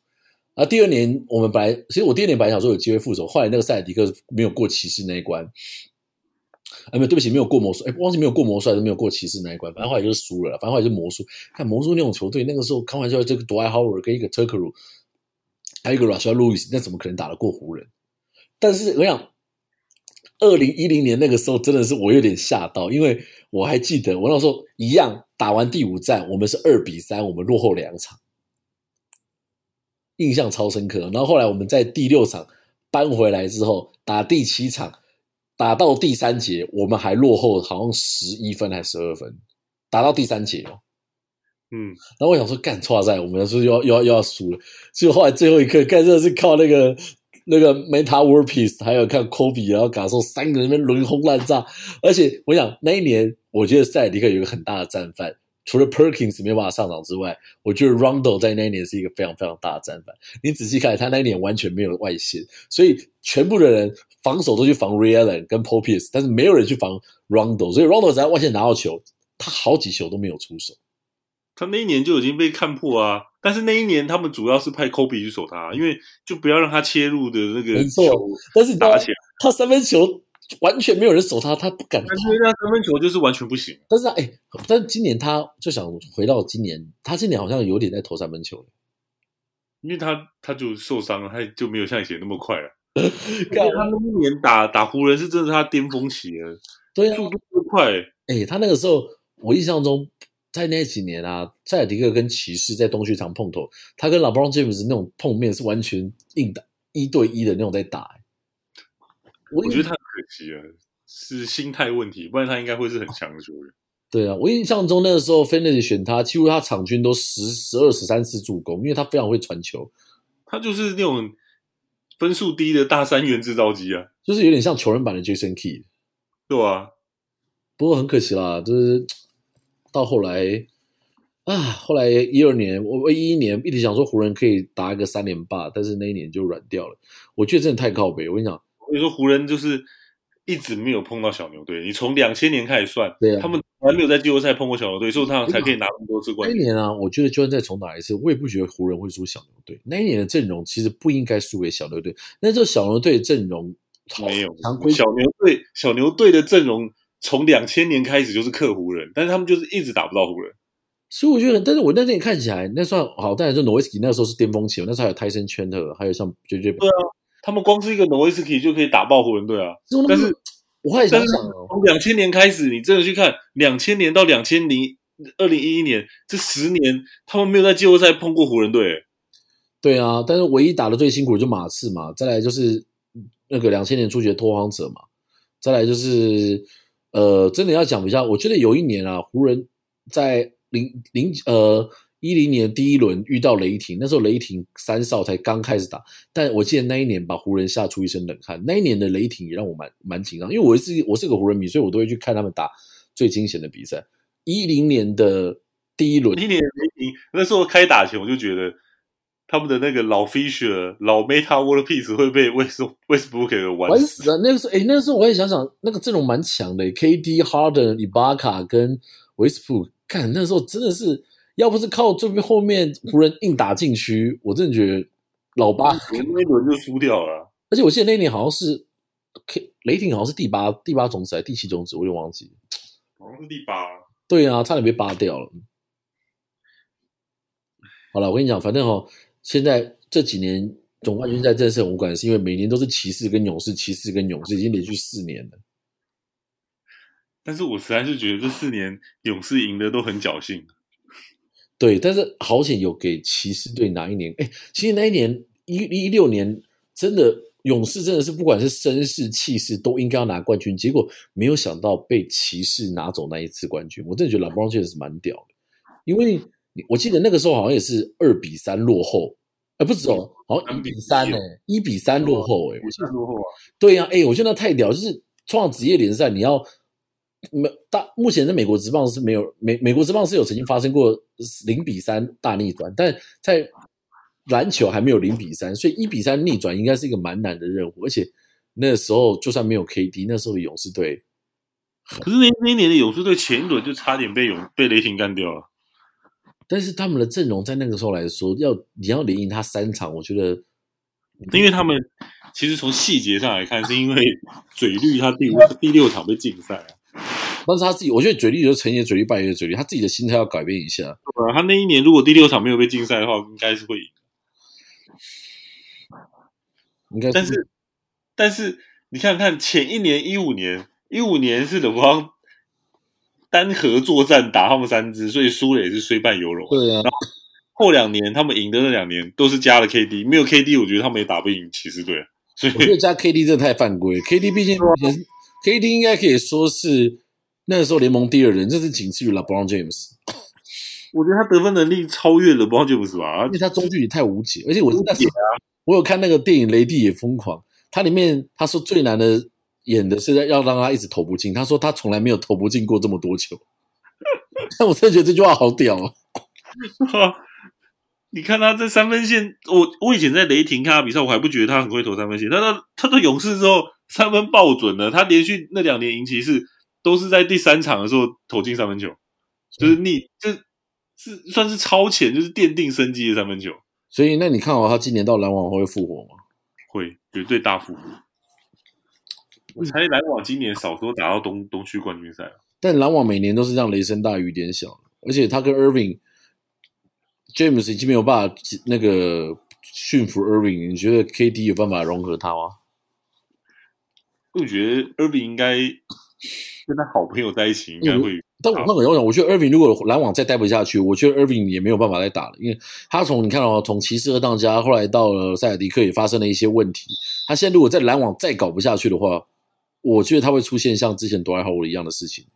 Speaker 1: 啊，第二年我们本来，其实我第二年本来想说有机会复仇，后来那个塞尔迪克没有过骑士那一关，啊，没有，对不起，没有过魔术，哎，忘记没有过魔术还是没有过骑士那一关，反正后来就是输了啦，反正后来就是魔术。看魔术那种球队，那个时候开玩笑，这个 Dwight Howard 跟一个 Turkoglu，还有一个 Rashad Lewis，那怎么可能打得过湖人？但是我想，二零一零年那个时候真的是我有点吓到，因为我还记得我那时候一样打完第五战，我们是二比三，我们落后两场，印象超深刻。然后后来我们在第六场扳回来之后，打第七场，打到第三节，我们还落后好像十一分还是十二分，打到第三节哦。
Speaker 2: 嗯，
Speaker 1: 然后我想说，干，错赛，我们是又要又要又要输了。结果后来最后一刻，干真的是靠那个那个 Meta World Peace，还有看 Kobe，然后感受三个人那边轮轰滥炸。而且我想那一年，我觉得塞尔迪克有一个很大的战犯，除了 Perkins 没有办法上场之外，我觉得 Rondo 在那一年是一个非常非常大的战犯。你仔细看，他那一年完全没有外线，所以全部的人防守都去防 Ray Allen 跟 p o p i s 但是没有人去防 Rondo，所以 Rondo 只要外线拿到球，他好几球都没有出手。
Speaker 2: 他那一年就已经被看破啊。但是那一年他们主要是派科比去守他，啊因为就不要让他切入的那个
Speaker 1: 没错
Speaker 2: 球
Speaker 1: 但是你知道
Speaker 2: 打起来，
Speaker 1: 他三分球完全没有人守他，他不敢
Speaker 2: 但是那三分球就是完全不行。
Speaker 1: 但是他哎、但是今年他就想回到今年，他今年好像有点在投三分球了。
Speaker 2: 因为他他就受伤了，他就没有像以前那么快 了。
Speaker 1: 干
Speaker 2: 他那一年打打湖人是真的是他巅峰期了，
Speaker 1: 对啊，
Speaker 2: 速度又快，
Speaker 1: 哎、他那个时候我印象中，在那几年啊，塞尔迪克跟骑士在东区场碰头，他跟 LeBron James 那种碰面是完全硬打一对一的那种在打、哎我
Speaker 2: 我觉得他很可惜了，是心态问题，不然他应该会是很强的球员。
Speaker 1: 对啊，我印象中那个时候 f e n n y 选他，几乎他场均都十、十二、十三次助攻，因为他非常会传球，
Speaker 2: 他就是那种分数低的大三元制造机啊，
Speaker 1: 就是有点像球人版的 Jason Key。
Speaker 2: 对吧、啊？
Speaker 1: 不过很可惜啦，就是到后来啊，后来一二年，我我一一年一直想说湖人可以打一个三连霸，但是那一年就软掉了。我觉得真的太靠北。我跟你讲，
Speaker 2: 所以说湖人就是一直没有碰到小牛队，你从两千年开始算，
Speaker 1: 对啊
Speaker 2: 他们还没有在季后赛碰过小牛队，所以他们才可以拿那么多次
Speaker 1: 那
Speaker 2: 冠
Speaker 1: 一
Speaker 2: 军。
Speaker 1: 年啊，我觉得就算再重打一次，我也不觉得湖人会输小牛队。那一年的阵容其实不应该输给小牛队，那时候小牛队的阵容好
Speaker 2: 没有
Speaker 1: 常规
Speaker 2: 小牛队，小牛队的阵容从两千年开始就是克湖人，但是他们就是一直打不到湖人。
Speaker 1: 所以我觉得，但是我那天看起来，那算好，当然说 Noisky 那时候是巅峰期，那时候还有泰森圈特，还有像 JJ，
Speaker 2: 对啊他们光是一个诺维斯基就可以打爆湖人队啊！但是
Speaker 1: 我后来想
Speaker 2: 但是
Speaker 1: 想哦，
Speaker 2: 从两千年开始，你真的去看两千年到两千零二零一一年这十年，他们没有在季后赛碰过湖人队、欸
Speaker 1: 对啊，但是唯一打的最辛苦的就马刺嘛，再来就是那个两千年初决拓荒者嘛，再来就是呃，真的要讲一下，我觉得有一年啊，湖人在零零呃一零年第一轮遇到雷霆，那时候雷霆三少才刚开始打，但我记得那一年把湖人吓出一身冷汗，那一年的雷霆也让我蛮蛮紧张，因为我是我是个湖人迷，所以我都会去看他们打最惊险的比赛。一零年的第一轮，
Speaker 2: 一年雷霆那时候开打前，我就觉得他们的那个老 Fisher、老 Meta w o r l d p i e c e 会被 West Westbrook 给玩
Speaker 1: 玩
Speaker 2: 死。
Speaker 1: 死啊！那个时候，哎、那个时候我也想想，那个阵容蛮强的，KD、Harden、Ibaka 跟 Westbrook，看那时候真的是，要不是靠这边后面湖人硬打禁区，我真的觉得老八。
Speaker 2: 那一轮就输掉了啊、
Speaker 1: 而且我记得那一年好像是 K 雷霆好像是第八第八种子还是第七种子，我有点忘记了。
Speaker 2: 好像是第八。
Speaker 1: 对啊，差点被扒掉了。好了，我跟你讲，反正哦，现在这几年总冠军赛真的是很无感，是因为每年都是骑士跟勇士，骑士跟勇士已经连续四年了。
Speaker 2: 但是我实在是觉得这四年勇士赢的都很侥幸。
Speaker 1: 对，但是好险有给骑士队哪一年？哎，其实那一年一一六年，真的勇士真的是不管是绅士气势都应该要拿冠军，结果没有想到被骑士拿走那一次冠军。我真的觉得 LeBron 确实是蛮屌的，因为你我记得那个时候好像也是二比三落后，哎，不止哦，好像一
Speaker 2: 3比
Speaker 1: 比三
Speaker 2: 1
Speaker 1: 呢，一比三落后哎、我记得
Speaker 2: 落后啊！
Speaker 1: 对呀、哎、我觉得那太屌，就是通常职业联赛你要没大，目前的美国职棒是没有美美国职棒是有曾经发生过零比三大逆转，但在篮球还没有零比三，所以一比三逆转应该是一个蛮难的任务，而且那时候就算没有 KD，那时候的勇士队
Speaker 2: 可是那那一年的勇士队前一轮就差点被勇被雷霆干掉了。
Speaker 1: 但是他们的阵容在那个时候来说，要你要连赢他三场，我觉得
Speaker 2: 因为他们其实从细节上来看，是因为嘴绿他第五第六场被禁赛啊，
Speaker 1: 但是他自己，我觉得嘴力就成也嘴力，败也嘴力，他自己的心态要改变一下。
Speaker 2: 对啊他那一年如果第六场没有被禁赛的话，应该是会赢。
Speaker 1: 应该
Speaker 2: 但是但是你看看前一年一五年，一五年是鲁邦单核作战打他们三支，所以输了也是虽败犹荣。
Speaker 1: 对啊，
Speaker 2: 后两年他们赢的那两年都是加了 KD，没有 KD，我觉得他们也打不赢骑士队。啊所以
Speaker 1: 我觉得加 KD 真的太犯规。KD 毕竟也是 KD 应该可以说是那时候联盟第二人，这是仅次于 LeBron James，
Speaker 2: 我觉得他得分能力超越了 b r o n James 吧
Speaker 1: 因，为他中距离太无解，而啊且我那时候我有看那个电影《雷帝也疯狂》，它里面他说最难的演的是在要让他一直投不进，他说他从来没有投不进过这么多球。 但我真的觉得这句话好屌哦！
Speaker 2: 你看他这三分线，我我以前在雷霆看他比赛，我还不觉得他很会投三分线。但他他到勇士之后，三分爆准了。他连续那两年赢骑士，都是在第三场的时候投进三分球，就是逆，就是是算是超前，就是奠定生机的三分球，
Speaker 1: 所以那你看哦好他今年到篮网会复活吗？
Speaker 2: 会绝对大幅度。我猜篮网今年少说打到东东区冠军赛了。
Speaker 1: 但篮网每年都是让雷声大雨点小，而且他跟 Irving James 已经没有办法那个驯服 Irving，你觉得 KD 有办法融合他吗？
Speaker 2: 我觉得 i r v i 应该跟他好朋友在一起，应该会
Speaker 1: 但我那个我讲，我觉得 Irving 如果篮网再待不下去，我觉得 Irving 也没有办法再打了，因为他从你看哦，从骑士二当家，后来到了塞尔迪克也发生了一些问题。他现在如果在篮网再搞不下去的话，我觉得他会出现像之前多爱好我一样的事情。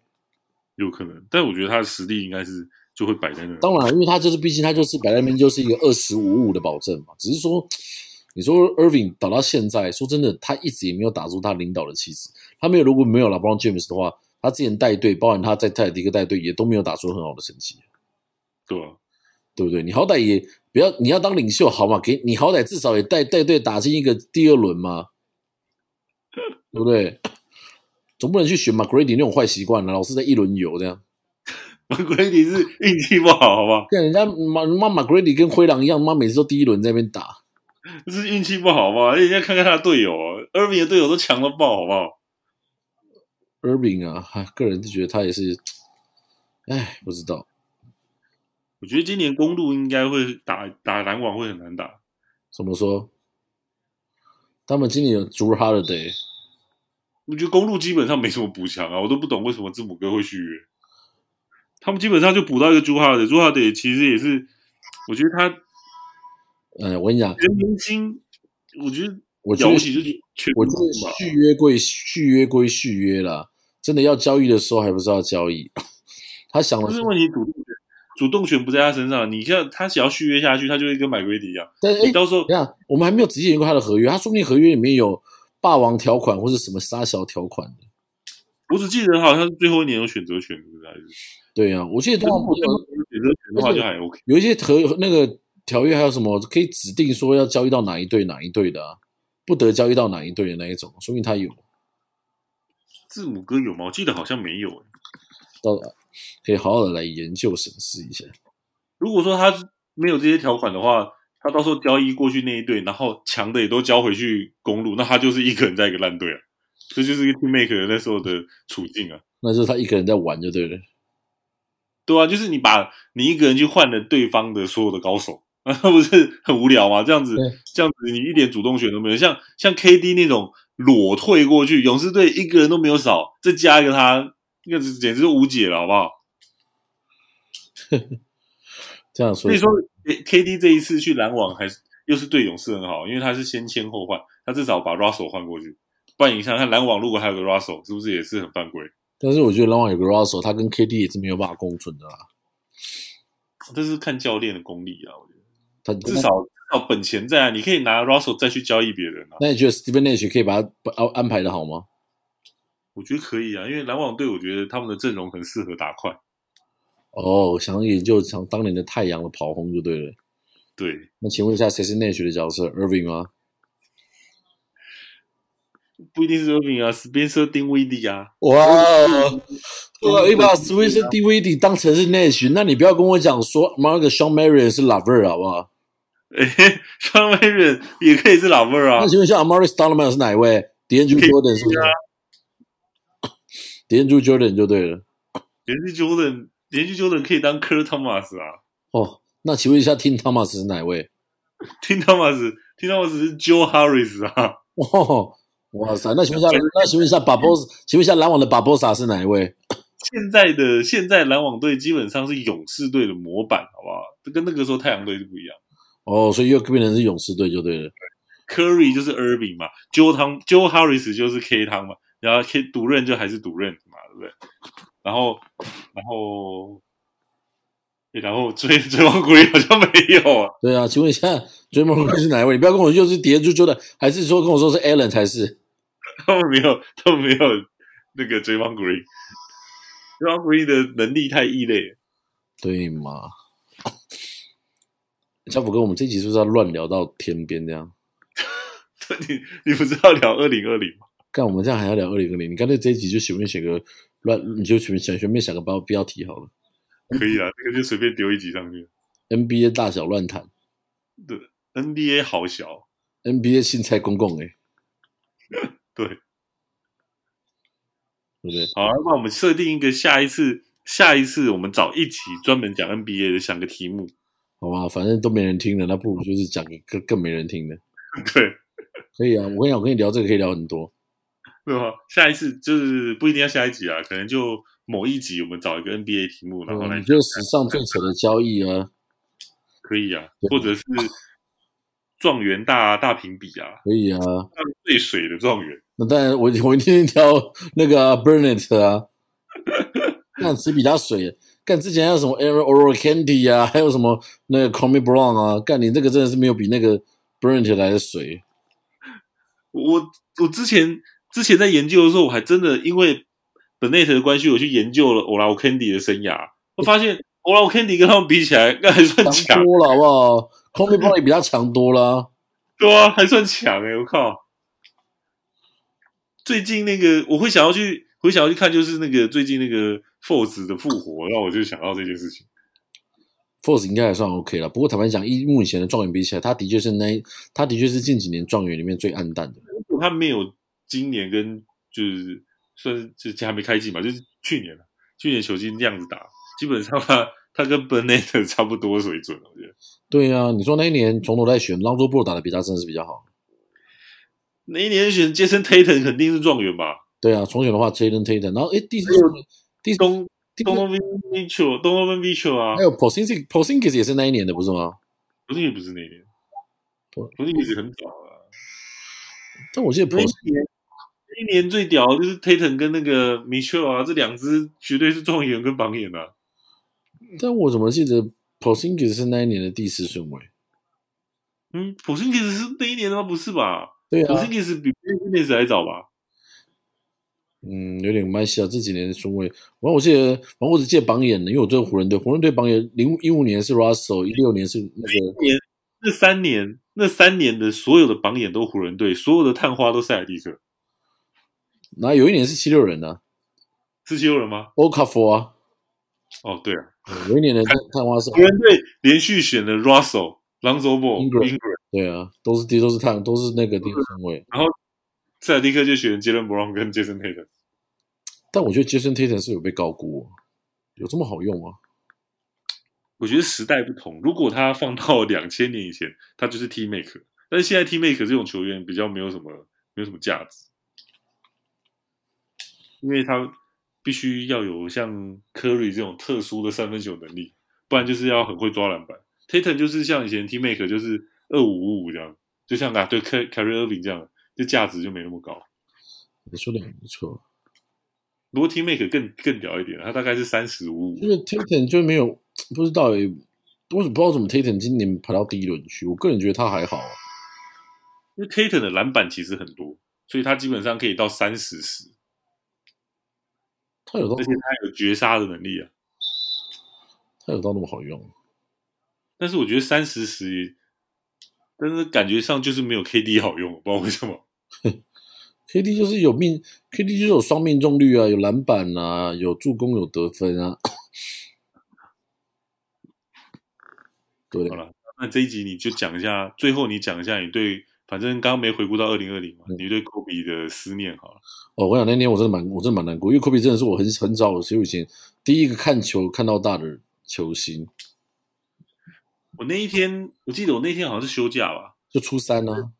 Speaker 2: 有可能，但我觉得他的实力应该是就会摆在那。
Speaker 1: 当然，因为他就是毕竟他就是摆在那边就是一个二十五五的保证嘛。只是说，你说 Irving 打到现在，说真的，他一直也没有打出他领导的气质。他没有如果没有 LeBron James 的话，他之前带队，包含他在泰迪克带队，也都没有打出很好的成绩，
Speaker 2: 对啊 吧？
Speaker 1: 对不对？你好歹也不要你要当领袖好嘛，给你好歹至少也带带队打进一个第二轮嘛，对不对？总不能去选 McGrady 那种坏习惯了、啊老是在一轮游这样。
Speaker 2: Grady 是运气不好，好吧？
Speaker 1: 看人家马妈马 Grady 跟灰狼一样，妈每次都第一轮在那边打。
Speaker 2: 是运气不好吧？人家看看他的队友啊 i r v i 的队友都强到爆，好不好？
Speaker 1: Irving 啊，哎个人就觉得他也是，哎，不知道
Speaker 2: 我觉得今年公路应该会打打篮网会很难打，
Speaker 1: 怎么说。他们今年有 Drew Holiday，
Speaker 2: 我觉得公路基本上没什么补强啊，我都不懂为什么字母哥会续约。他们基本上就补到一个朱哈德，朱哈德其实也是，我觉得他
Speaker 1: 呃，我跟你讲，
Speaker 2: 全明星，我觉得
Speaker 1: 我觉
Speaker 2: 了
Speaker 1: 得
Speaker 2: 不起就是全
Speaker 1: 我觉
Speaker 2: 明
Speaker 1: 得
Speaker 2: 星吧。
Speaker 1: 续约归续约归续约啦，真的要交易的时候还不是要交易。他想了
Speaker 2: 不，是问题主动权，主动权不在他身上。你看他只要续约下去，他就会跟买龟迪一样。
Speaker 1: 但是哎
Speaker 2: 你，到时候
Speaker 1: 等一下我们还没有仔细研究他的合约，他说不定合约里面有霸王条款或者什么杀小条款的。
Speaker 2: 我只记得好像是最后一年有选择权，是不是？还是
Speaker 1: 对呀、啊，我记得通常不
Speaker 2: 如果
Speaker 1: 是
Speaker 2: 有选择权的话就还 OK。
Speaker 1: 有一些合那个条约还有什么可以指定说要交易到哪一队哪一队的、啊，不得交易到哪一队的那一种，说明他有
Speaker 2: 字母哥有吗？我记得好像没有、欸
Speaker 1: 到可以好好的来研究审视一下。
Speaker 2: 如果说他没有这些条款的话，他到时候交易过去那一队，然后强的也都交回去公路，那他就是一个人在一个烂队啊。这就是一个 team maker 那时候的处境啊。
Speaker 1: 那就是他一个人在玩就对了。
Speaker 2: 对啊，就是你把你一个人去换了对方的所有的高手， 那不是很无聊吗？这样子
Speaker 1: 对，
Speaker 2: 这样子你一点主动权都没有。像像 KD 那种裸退过去，勇士队一个人都没有少，再加一个他，那个简直是无解了，好不好？
Speaker 1: 这样说
Speaker 2: 所以，说诶，KD 这一次去篮网还是又是对勇士很好，因为他是先签后换，他至少把 Russell 换过去。不然你想想看，篮网如果还有个 Russell，是不是也是很犯规？
Speaker 1: 但是我觉得篮网有个 Russell，他跟 KD 也是没有办法共存的啦。
Speaker 2: 这是看教练的功力啊，我觉得
Speaker 1: 他
Speaker 2: 至少至少本钱在啊，你可以拿 Russell 再去交易别人啊。
Speaker 1: 那你觉得 Stephen Nash 可以把他把安安排的好吗？
Speaker 2: 我觉得可以啊，因为篮网队，我觉得他们的阵容很适合打快。
Speaker 1: 哦，想要研究想当年的太阳的跑轰就对了。
Speaker 2: 对，
Speaker 1: 那请问一下，谁是 Nash 的角色？Irving 吗？
Speaker 2: 不一定是 i r v i n 啊，Spencer d i n w i d d 啊，
Speaker 1: 哇，我一把 Swiss DVD 当成是 Nash，那你不要跟我讲说 Mark Sean Marion 是 Laver 好不好？
Speaker 2: 哎，Sean m a r i 也可以是老妹儿啊
Speaker 1: 那。请问一下，Amaris Donovan 是哪一位？DeAndre Jordan 是不是？DeAndre Jordan 就对了。
Speaker 2: 连续 Jordan，连续 Jordan 可以当 Kerr Thomas 啊。
Speaker 1: 哦，那请问一下，Tim Thomas 是哪一位？
Speaker 2: 听 Thomas，听 Thomas 是 Joe Harris 啊。
Speaker 1: 哦，哇塞，那请问一下，那请问一下巴博，请问一下篮网的巴博萨是哪一位？
Speaker 2: 现在的现在篮网队基本上是勇士队的模板，好不好？这跟那个时候太阳队是不一样。
Speaker 1: 哦，所以又变成是勇士队就对了。
Speaker 2: Curry 就是 Irving 嘛，Joe 汤 Joe Harris 就是 K 汤嘛，然后 K 独任就还是独任嘛，对不对？然后然后诶然后追追梦古里好像没有啊，
Speaker 1: 对啊，请问一下追梦是哪一位？你不要跟我又是叠就觉得，还是说跟我说是 Allen 才是？
Speaker 2: 他们没有他们没有那个追梦古里，追梦古里的能力太异类了。
Speaker 1: 对 嘛？小虎哥，我们这集是不是要乱聊到天边这样？
Speaker 2: 你你不是要聊二零二零吗？
Speaker 1: 干，我们这样还要聊二零二零？你干脆这一集就随便选个乱，你就随便选随便想个标标题好了。
Speaker 2: 可以啊，这个就随便丢一集上去。
Speaker 1: NBA 大小乱谈
Speaker 2: 对，NBA 好小，
Speaker 1: ，NBA 新菜公共哎、
Speaker 2: 对，
Speaker 1: 对不对？
Speaker 2: 好，啊那我们设定一个下一次，下一次我们找一集专门讲 NBA 的，想个题目。
Speaker 1: 好吧，反正都没人听了，那不如就是讲一个更没人听的。
Speaker 2: 对，
Speaker 1: 可以啊，我跟你讲，我跟你聊这个可以聊很多。
Speaker 2: 对吧？啊下一次就是不一定要下一集啊，可能就某一集我们找一个 NBA 题目，然后来
Speaker 1: 嗯，就史上最扯的交易啊，
Speaker 2: 可以啊，或者 是状元大大评比啊，
Speaker 1: 可以啊。
Speaker 2: 最水的状元，
Speaker 1: 那当然我，我一定挑那个啊 Burnett 啊，那谁比他水？干之前还有什么 Aaron Oral Candy 啊，还有什么那个 c o m m y Brown 啊，干你这个真的是没有比那个 Burnett 来的水。
Speaker 2: 我我之前之前在研究的时候，我还真的因为 Benet 的关系，我去研究了 Ola Candy 的生涯，我发现 Ola Candy 跟他们比起来，那还算
Speaker 1: 强
Speaker 2: 强，
Speaker 1: 多了好不好 c o m m y Brown 也比他强多了。
Speaker 2: 对啊，还算强哎、我靠！最近那个我会想要去，我会想要去看，就是那个最近那个 Force 的复活，让我就想到这件事情。
Speaker 1: Force 应该还算 OK 了，不过坦白讲，一目前的状元比起来，他的确是那一，他的确是近几年状元里面最暗淡的。
Speaker 2: 如果他没有今年跟就是算是就是还没开季嘛，就是去年了，去年球季那样子打，基本上他他跟 Benet 差不多水准，我觉得。
Speaker 1: 对啊，你说那一年从头再选 l o n z o b o 打的比他真的是比较好。
Speaker 2: 那一年选杰森 Tatum 肯定是状元吧？
Speaker 1: 对啊，重选的话 t a y l o n Tatum，然后诶第四
Speaker 2: 还有
Speaker 1: 第四
Speaker 2: 东
Speaker 1: 第四
Speaker 2: 东 v i c h e l 东 v i c h e l 啊
Speaker 1: 还，有 p o s i n g i p o s i n g i s 也是那一年的不是吗？
Speaker 2: 不是也不是那一年，
Speaker 1: 不
Speaker 2: 不是也是很早了。
Speaker 1: 但我记得
Speaker 2: 那一
Speaker 1: Pos
Speaker 2: 年那一年最屌的就是 Tatum 跟那个 Mitchell 啊，这两支绝对是状元跟榜眼啊。
Speaker 1: 但我怎么记得 p o s i n g i s 是那一年的第四顺位？
Speaker 2: 嗯 p o s i n g i s 是那一年的吗？不是吧
Speaker 1: 对
Speaker 2: p o s i
Speaker 1: 啊
Speaker 2: n，g i s 比 b i l l 还早吧？
Speaker 1: 嗯，有点关系啊，这几年的顺位。然后我记得，反正我只记得榜眼的，因为我追湖人队，湖人队榜眼零一五年是 Russell，一六年是那个
Speaker 2: 那三年那三年的所有的榜眼都湖人队，所有的探花都塞尔蒂克，
Speaker 1: 然后有一年是七六人啊
Speaker 2: 是七六人吗？
Speaker 1: o k a f o 啊，嗯
Speaker 2: 哦，对啊，
Speaker 1: 有一年的探探花是，
Speaker 2: 湖人队连续选了 Russell、Lonzo Ball、
Speaker 1: Ingram
Speaker 2: Ingram。
Speaker 1: 对啊，都是第都是探都是那个第一顺位。
Speaker 2: 塞尔蒂克就选杰伦布朗跟杰森泰特，
Speaker 1: 但我觉得 Jason Tatum 是有被高估、哦，有这么好用吗？
Speaker 2: 我觉得时代不同，如果他放到两千年以前，他就是 T make，但是现在 T make 这种球员比较没有什么没有什么价值，因为他必须要有像 Curry 这种特殊的三分球能力，不然就是要很会抓篮板。Tatum 就是像以前 T make 就是二五五五这样，就像啊对 Car Carry Irving 这样，就价值就没那么高。
Speaker 1: 你说的也没错，
Speaker 2: 不过 T make 更更屌一点，他大概是三十五五
Speaker 1: 就是 Tatum 就没有不知道诶，我也不知道怎么 Tatum 今年排到第一轮去，我个人觉得他还好、啊。
Speaker 2: 因为 Tatum 的篮板其实很多，所以他基本上可以到三十十，
Speaker 1: 他有到
Speaker 2: 而且他有绝杀的能力啊。
Speaker 1: 他有到那么好用？
Speaker 2: 但是我觉得三十十，但是感觉上就是没有 KD 好用，不知道为什么。
Speaker 1: KD 就是有命，KD 就是有双命中率啊，有篮板啊，有助攻，有得分啊。对
Speaker 2: 好，了，那这一集你就讲一下，最后你讲一下你对，反正刚刚没回顾到二零二零嘛，你对科比的思念好了。
Speaker 1: 哦，我想那天我真的蛮，我真的蛮难过，因为科比真的是我很很早很久以前第一个看球看到大的球星，
Speaker 2: 我那一天，我记得我那天好像是休假吧，
Speaker 1: 就初三啊，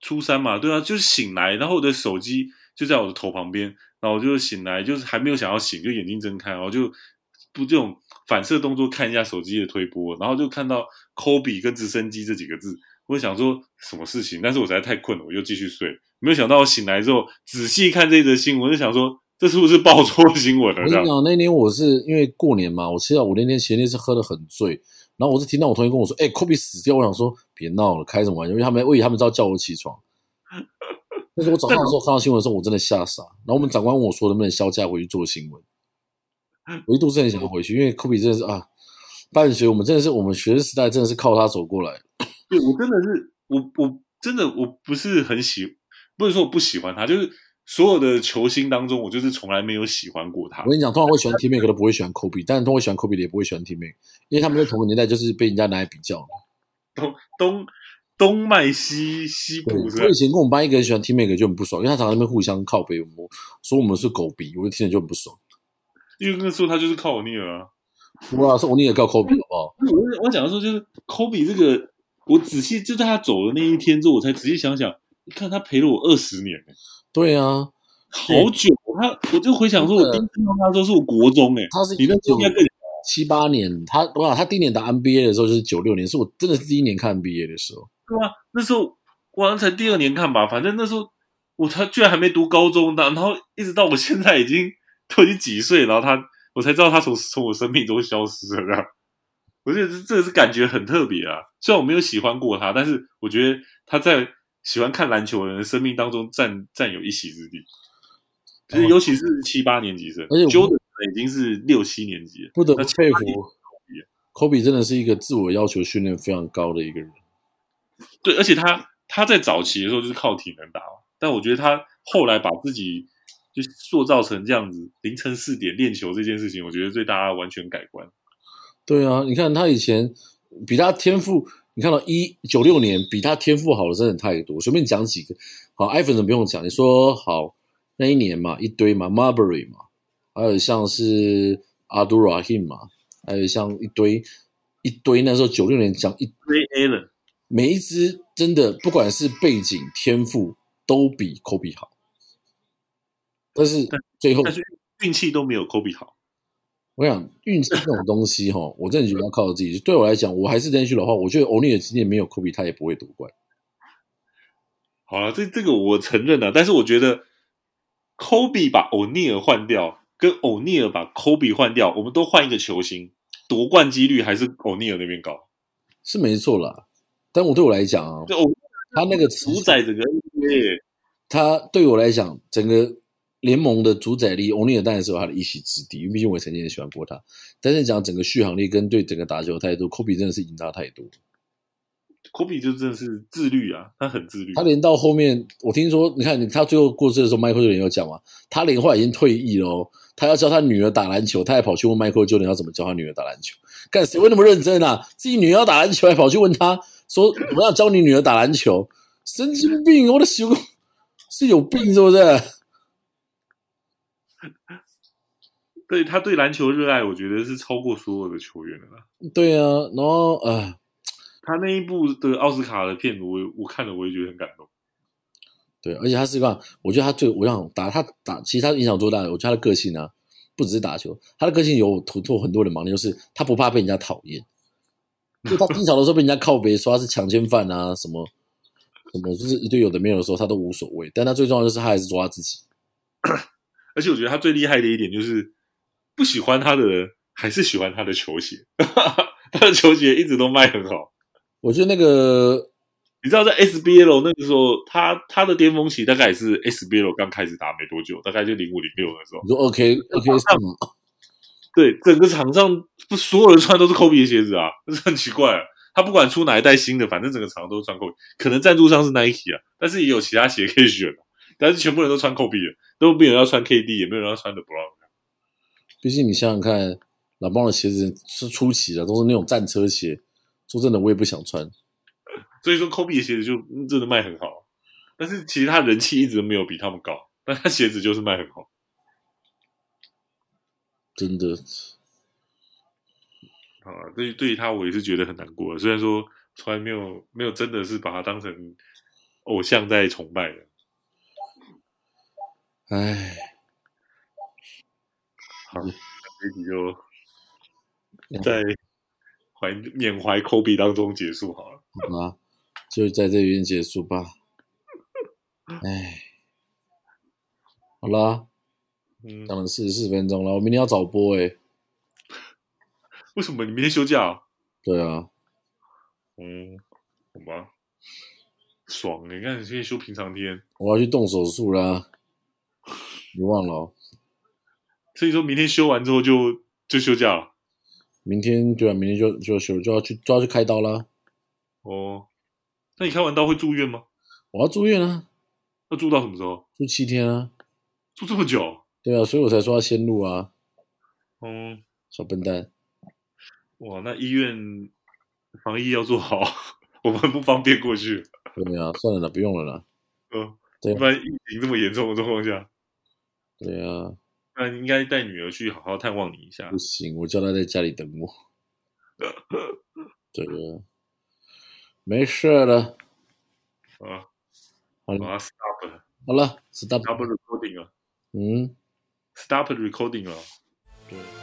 Speaker 2: 初三嘛，对啊，就是醒来，然后我的手机就在我的头旁边，然后我就醒来，就是还没有想要醒，就眼睛睁开，然后就不这种反射动作看一下手机的推播，然后就看到 Kobe 跟直升机这几个字，我就想说什么事情，但是我实在太困了，我就继续睡。没有想到我醒来之后仔细看这则新闻，就想说这是不是报错新闻了？
Speaker 1: 我跟
Speaker 2: 这样
Speaker 1: 你讲，那天我是因为过年嘛，我吃到我那天前天是喝的很醉，然后我是听到我同学跟我说：“哎、科比死掉。”我想说别闹了，开什么玩笑？因为他们，我以为他们知道叫我起 床。但是我早上的时候看到新闻的时候，我真的吓傻。然后我们长官问我说：“能不能销假回去做新闻？”我一度是很想回去，因为科比真的是啊，伴随我们真的是我们学生时代真的是靠他走过来。
Speaker 2: 对我真的是，我我真的我不是很喜，不是说我不喜欢他，就是所有的球星当中，我就是从来没有喜欢过他
Speaker 1: 我。跟你讲，通常会喜欢 T Mac 的不会喜欢 Kobe，但是通常会喜欢 Kobe 的也不会喜欢 T Mac，因为他们在同个年代就是被人家拿来比较。
Speaker 2: 东东东脉西西
Speaker 1: 对，
Speaker 2: 部是吧
Speaker 1: 我以？前跟我们班一个人喜欢 T Mac 就很不爽，因为他常常在那边互相靠背，我们说我们是狗逼，我就听着就很不爽。
Speaker 2: 因为那时候他就是靠我尼尔啊。
Speaker 1: 哇，是我宁也告 Kobe 好不好？
Speaker 2: 我我想说，就是科比这个，我仔细就在他走的那一天之后，我才仔细想想，你看他陪了我二十年、欸，
Speaker 1: 对啊，
Speaker 2: 好久。他我就回想说，我第一次看到他的时候是我国中、欸，哎，
Speaker 1: 他是
Speaker 2: 你那时候应该更
Speaker 1: 七八年，他我想他第一年打 NBA 的时候就是九六年，是我真的是第一年看 NBA 的时候。
Speaker 2: 对啊，那时候我好像才第二年看吧，反正那时候我他居然还没读高中的，然后一直到我现在已经都已经几岁，然后他我才知道他从从我生命中消失了。这样，我觉得这这是感觉很特别啊。虽然我没有喜欢过他，但是我觉得他在喜欢看篮球的人的生命当中占占有一席之地。就是尤其是七八年级生，
Speaker 1: 哦而且我
Speaker 2: Jordan 已经是六七年级了，
Speaker 1: 不得不
Speaker 2: 那七
Speaker 1: 佩
Speaker 2: 八
Speaker 1: 服
Speaker 2: 年
Speaker 1: Kobe 真的是一个自我要求训练非常高的一个人。
Speaker 2: 对，而且他他在早期的时候就是靠体能打嘛，但我觉得他后来把自己就塑造成这样子，凌晨四点练球这件事情，我觉得对大家完全改观。
Speaker 1: 对啊，你看他以前比他天赋，你看到一九六年比他天赋好的真的太多。随便讲几个，好，艾弗森不用讲，你说好那一年嘛，一堆嘛，Marbury 嘛，还有像是阿杜拉 him 嘛，还有像一堆一堆那时候九六年讲一
Speaker 2: Ray Allen，
Speaker 1: 每一支真的不管是背景天赋都比 Kobe 好，但是
Speaker 2: 但
Speaker 1: 最后
Speaker 2: 但是运气都没有 Kobe 好。
Speaker 1: 我想运气这种东西哈，我真的觉得要靠自己。对我来讲，我还是连续的话，我觉得欧尼尔今年没有科比，他也不会夺冠。
Speaker 2: 好了，这这个我承认了，但是我觉得 Kobe 把欧尼尔换掉，跟欧尼尔把 Kobe 换掉，我们都换一个球星，夺冠几率还是欧尼尔那边高。
Speaker 1: 是没错啦。但我对我来讲啊，
Speaker 2: 就欧
Speaker 1: 他那个持
Speaker 2: 主宰整个 NBA，
Speaker 1: 他对我来讲，整个联盟的主宰力，欧尼尔当然是有他的一席之地，因为毕竟我也曾经也喜欢过他。但是讲整个续航力跟对整个打球的态度，科比真的是赢他太多。
Speaker 2: 科比就真的是自律啊，他很自律。
Speaker 1: 他连到后面，我听说，你看他最后过世的时候，Michael Jordan 有讲嘛，他连后来已经退役了哦，他要教他女儿打篮球，他还跑去问 Michael Jordan 要怎么教他女儿打篮球。干谁会那么认真啊？自己女儿要打篮球，还跑去问他说我要教你女儿打篮球，神经病！我的熊 是有病是不是？
Speaker 2: 对他对篮球热爱，我觉得是超过所有的球员的啦。
Speaker 1: 对啊，然后啊，
Speaker 2: 他那一部的奥斯卡的片子，我我看了我也觉得很感动。
Speaker 1: 对，而且他是一个，我觉得他最我想打他打，其实他影响多大？我觉得他的个性啊，不只是打球，他的个性有突破很多人盲点，就是他不怕被人家讨厌。就他低潮的时候被人家靠背说他是强奸犯啊，什么什么，就是一堆有的没有的时候他都无所谓。但他最重要的就是他还是抓自己。
Speaker 2: 而且我觉得他最厉害的一点就是，不喜欢他的人还是喜欢他的球鞋， 他的球鞋一直都卖很好。
Speaker 1: 我觉得那个
Speaker 2: 你知道在 SBL 那个时候，他他的巅峰期大概也是 SBL 刚开始打没多久，大概就零五零六那时候。
Speaker 1: 你说 OK OK 是吗？
Speaker 2: 对，整个场上不所有人穿都是 Kobe 的鞋子啊，这是很奇怪、啊。他不管出哪一代新的，反正整个场上都是穿 Kobe。可能赞助商是 Nike 啊，但是也有其他鞋可以选、啊、但是全部人都穿 Kobe 的，都没有人要穿 KD，也没有人要穿的 Brown。
Speaker 1: 毕竟你想想看，老邦的鞋子是出奇的，都是那种战车鞋。说真的，我也不想穿。
Speaker 2: 所以说 Kobe 的鞋子就嗯真的卖很好，但是其实他人气一直没有比他们高，但他鞋子就是卖很好。
Speaker 1: 真的，
Speaker 2: 啊，对啊于对于他我也是觉得很难过的。虽然说从来没有没有真的是把他当成偶像在崇拜的。
Speaker 1: 唉，
Speaker 2: 好，这一集就在怀缅怀科比当中结束好了。
Speaker 1: 好吧，就在这边结束吧。唉，好啦，
Speaker 2: 嗯，
Speaker 1: 讲了四十四分钟了，我明天要早播欸诶、
Speaker 2: 为什么你明天休假、啊？
Speaker 1: 对啊，
Speaker 2: 嗯，好吧，爽！欸你看你现在休平常天，
Speaker 1: 我要去动手术啦，你忘了哦、
Speaker 2: 所以说明天休完之后就就休假了。
Speaker 1: 明天对啊，明天就就休就要去就要去开刀啦，
Speaker 2: 哦，那你开完刀会住院吗？
Speaker 1: 我要住院啊，
Speaker 2: 要住到什么时候？
Speaker 1: 住七天啊，
Speaker 2: 住这么久？
Speaker 1: 对啊，所以我才说要先录啊，
Speaker 2: 嗯，
Speaker 1: 小笨蛋，
Speaker 2: 哇，那医院防疫要做好，我们不方便过去。
Speaker 1: 对啊，算了啦，不用了啦，
Speaker 2: 嗯，
Speaker 1: 对
Speaker 2: 一般疫情这么严重的状况下，
Speaker 1: 对啊，
Speaker 2: 那应该带女儿去好好探望你一下
Speaker 1: 不。行，我叫他在家里等我， 对啊，没事了，
Speaker 2: 啊，
Speaker 1: 好了
Speaker 2: 啊，stop 了
Speaker 1: 好了，stop，Hmm.
Speaker 2: stop recording 了
Speaker 1: 嗯。
Speaker 2: ，stop recording 了。
Speaker 1: 对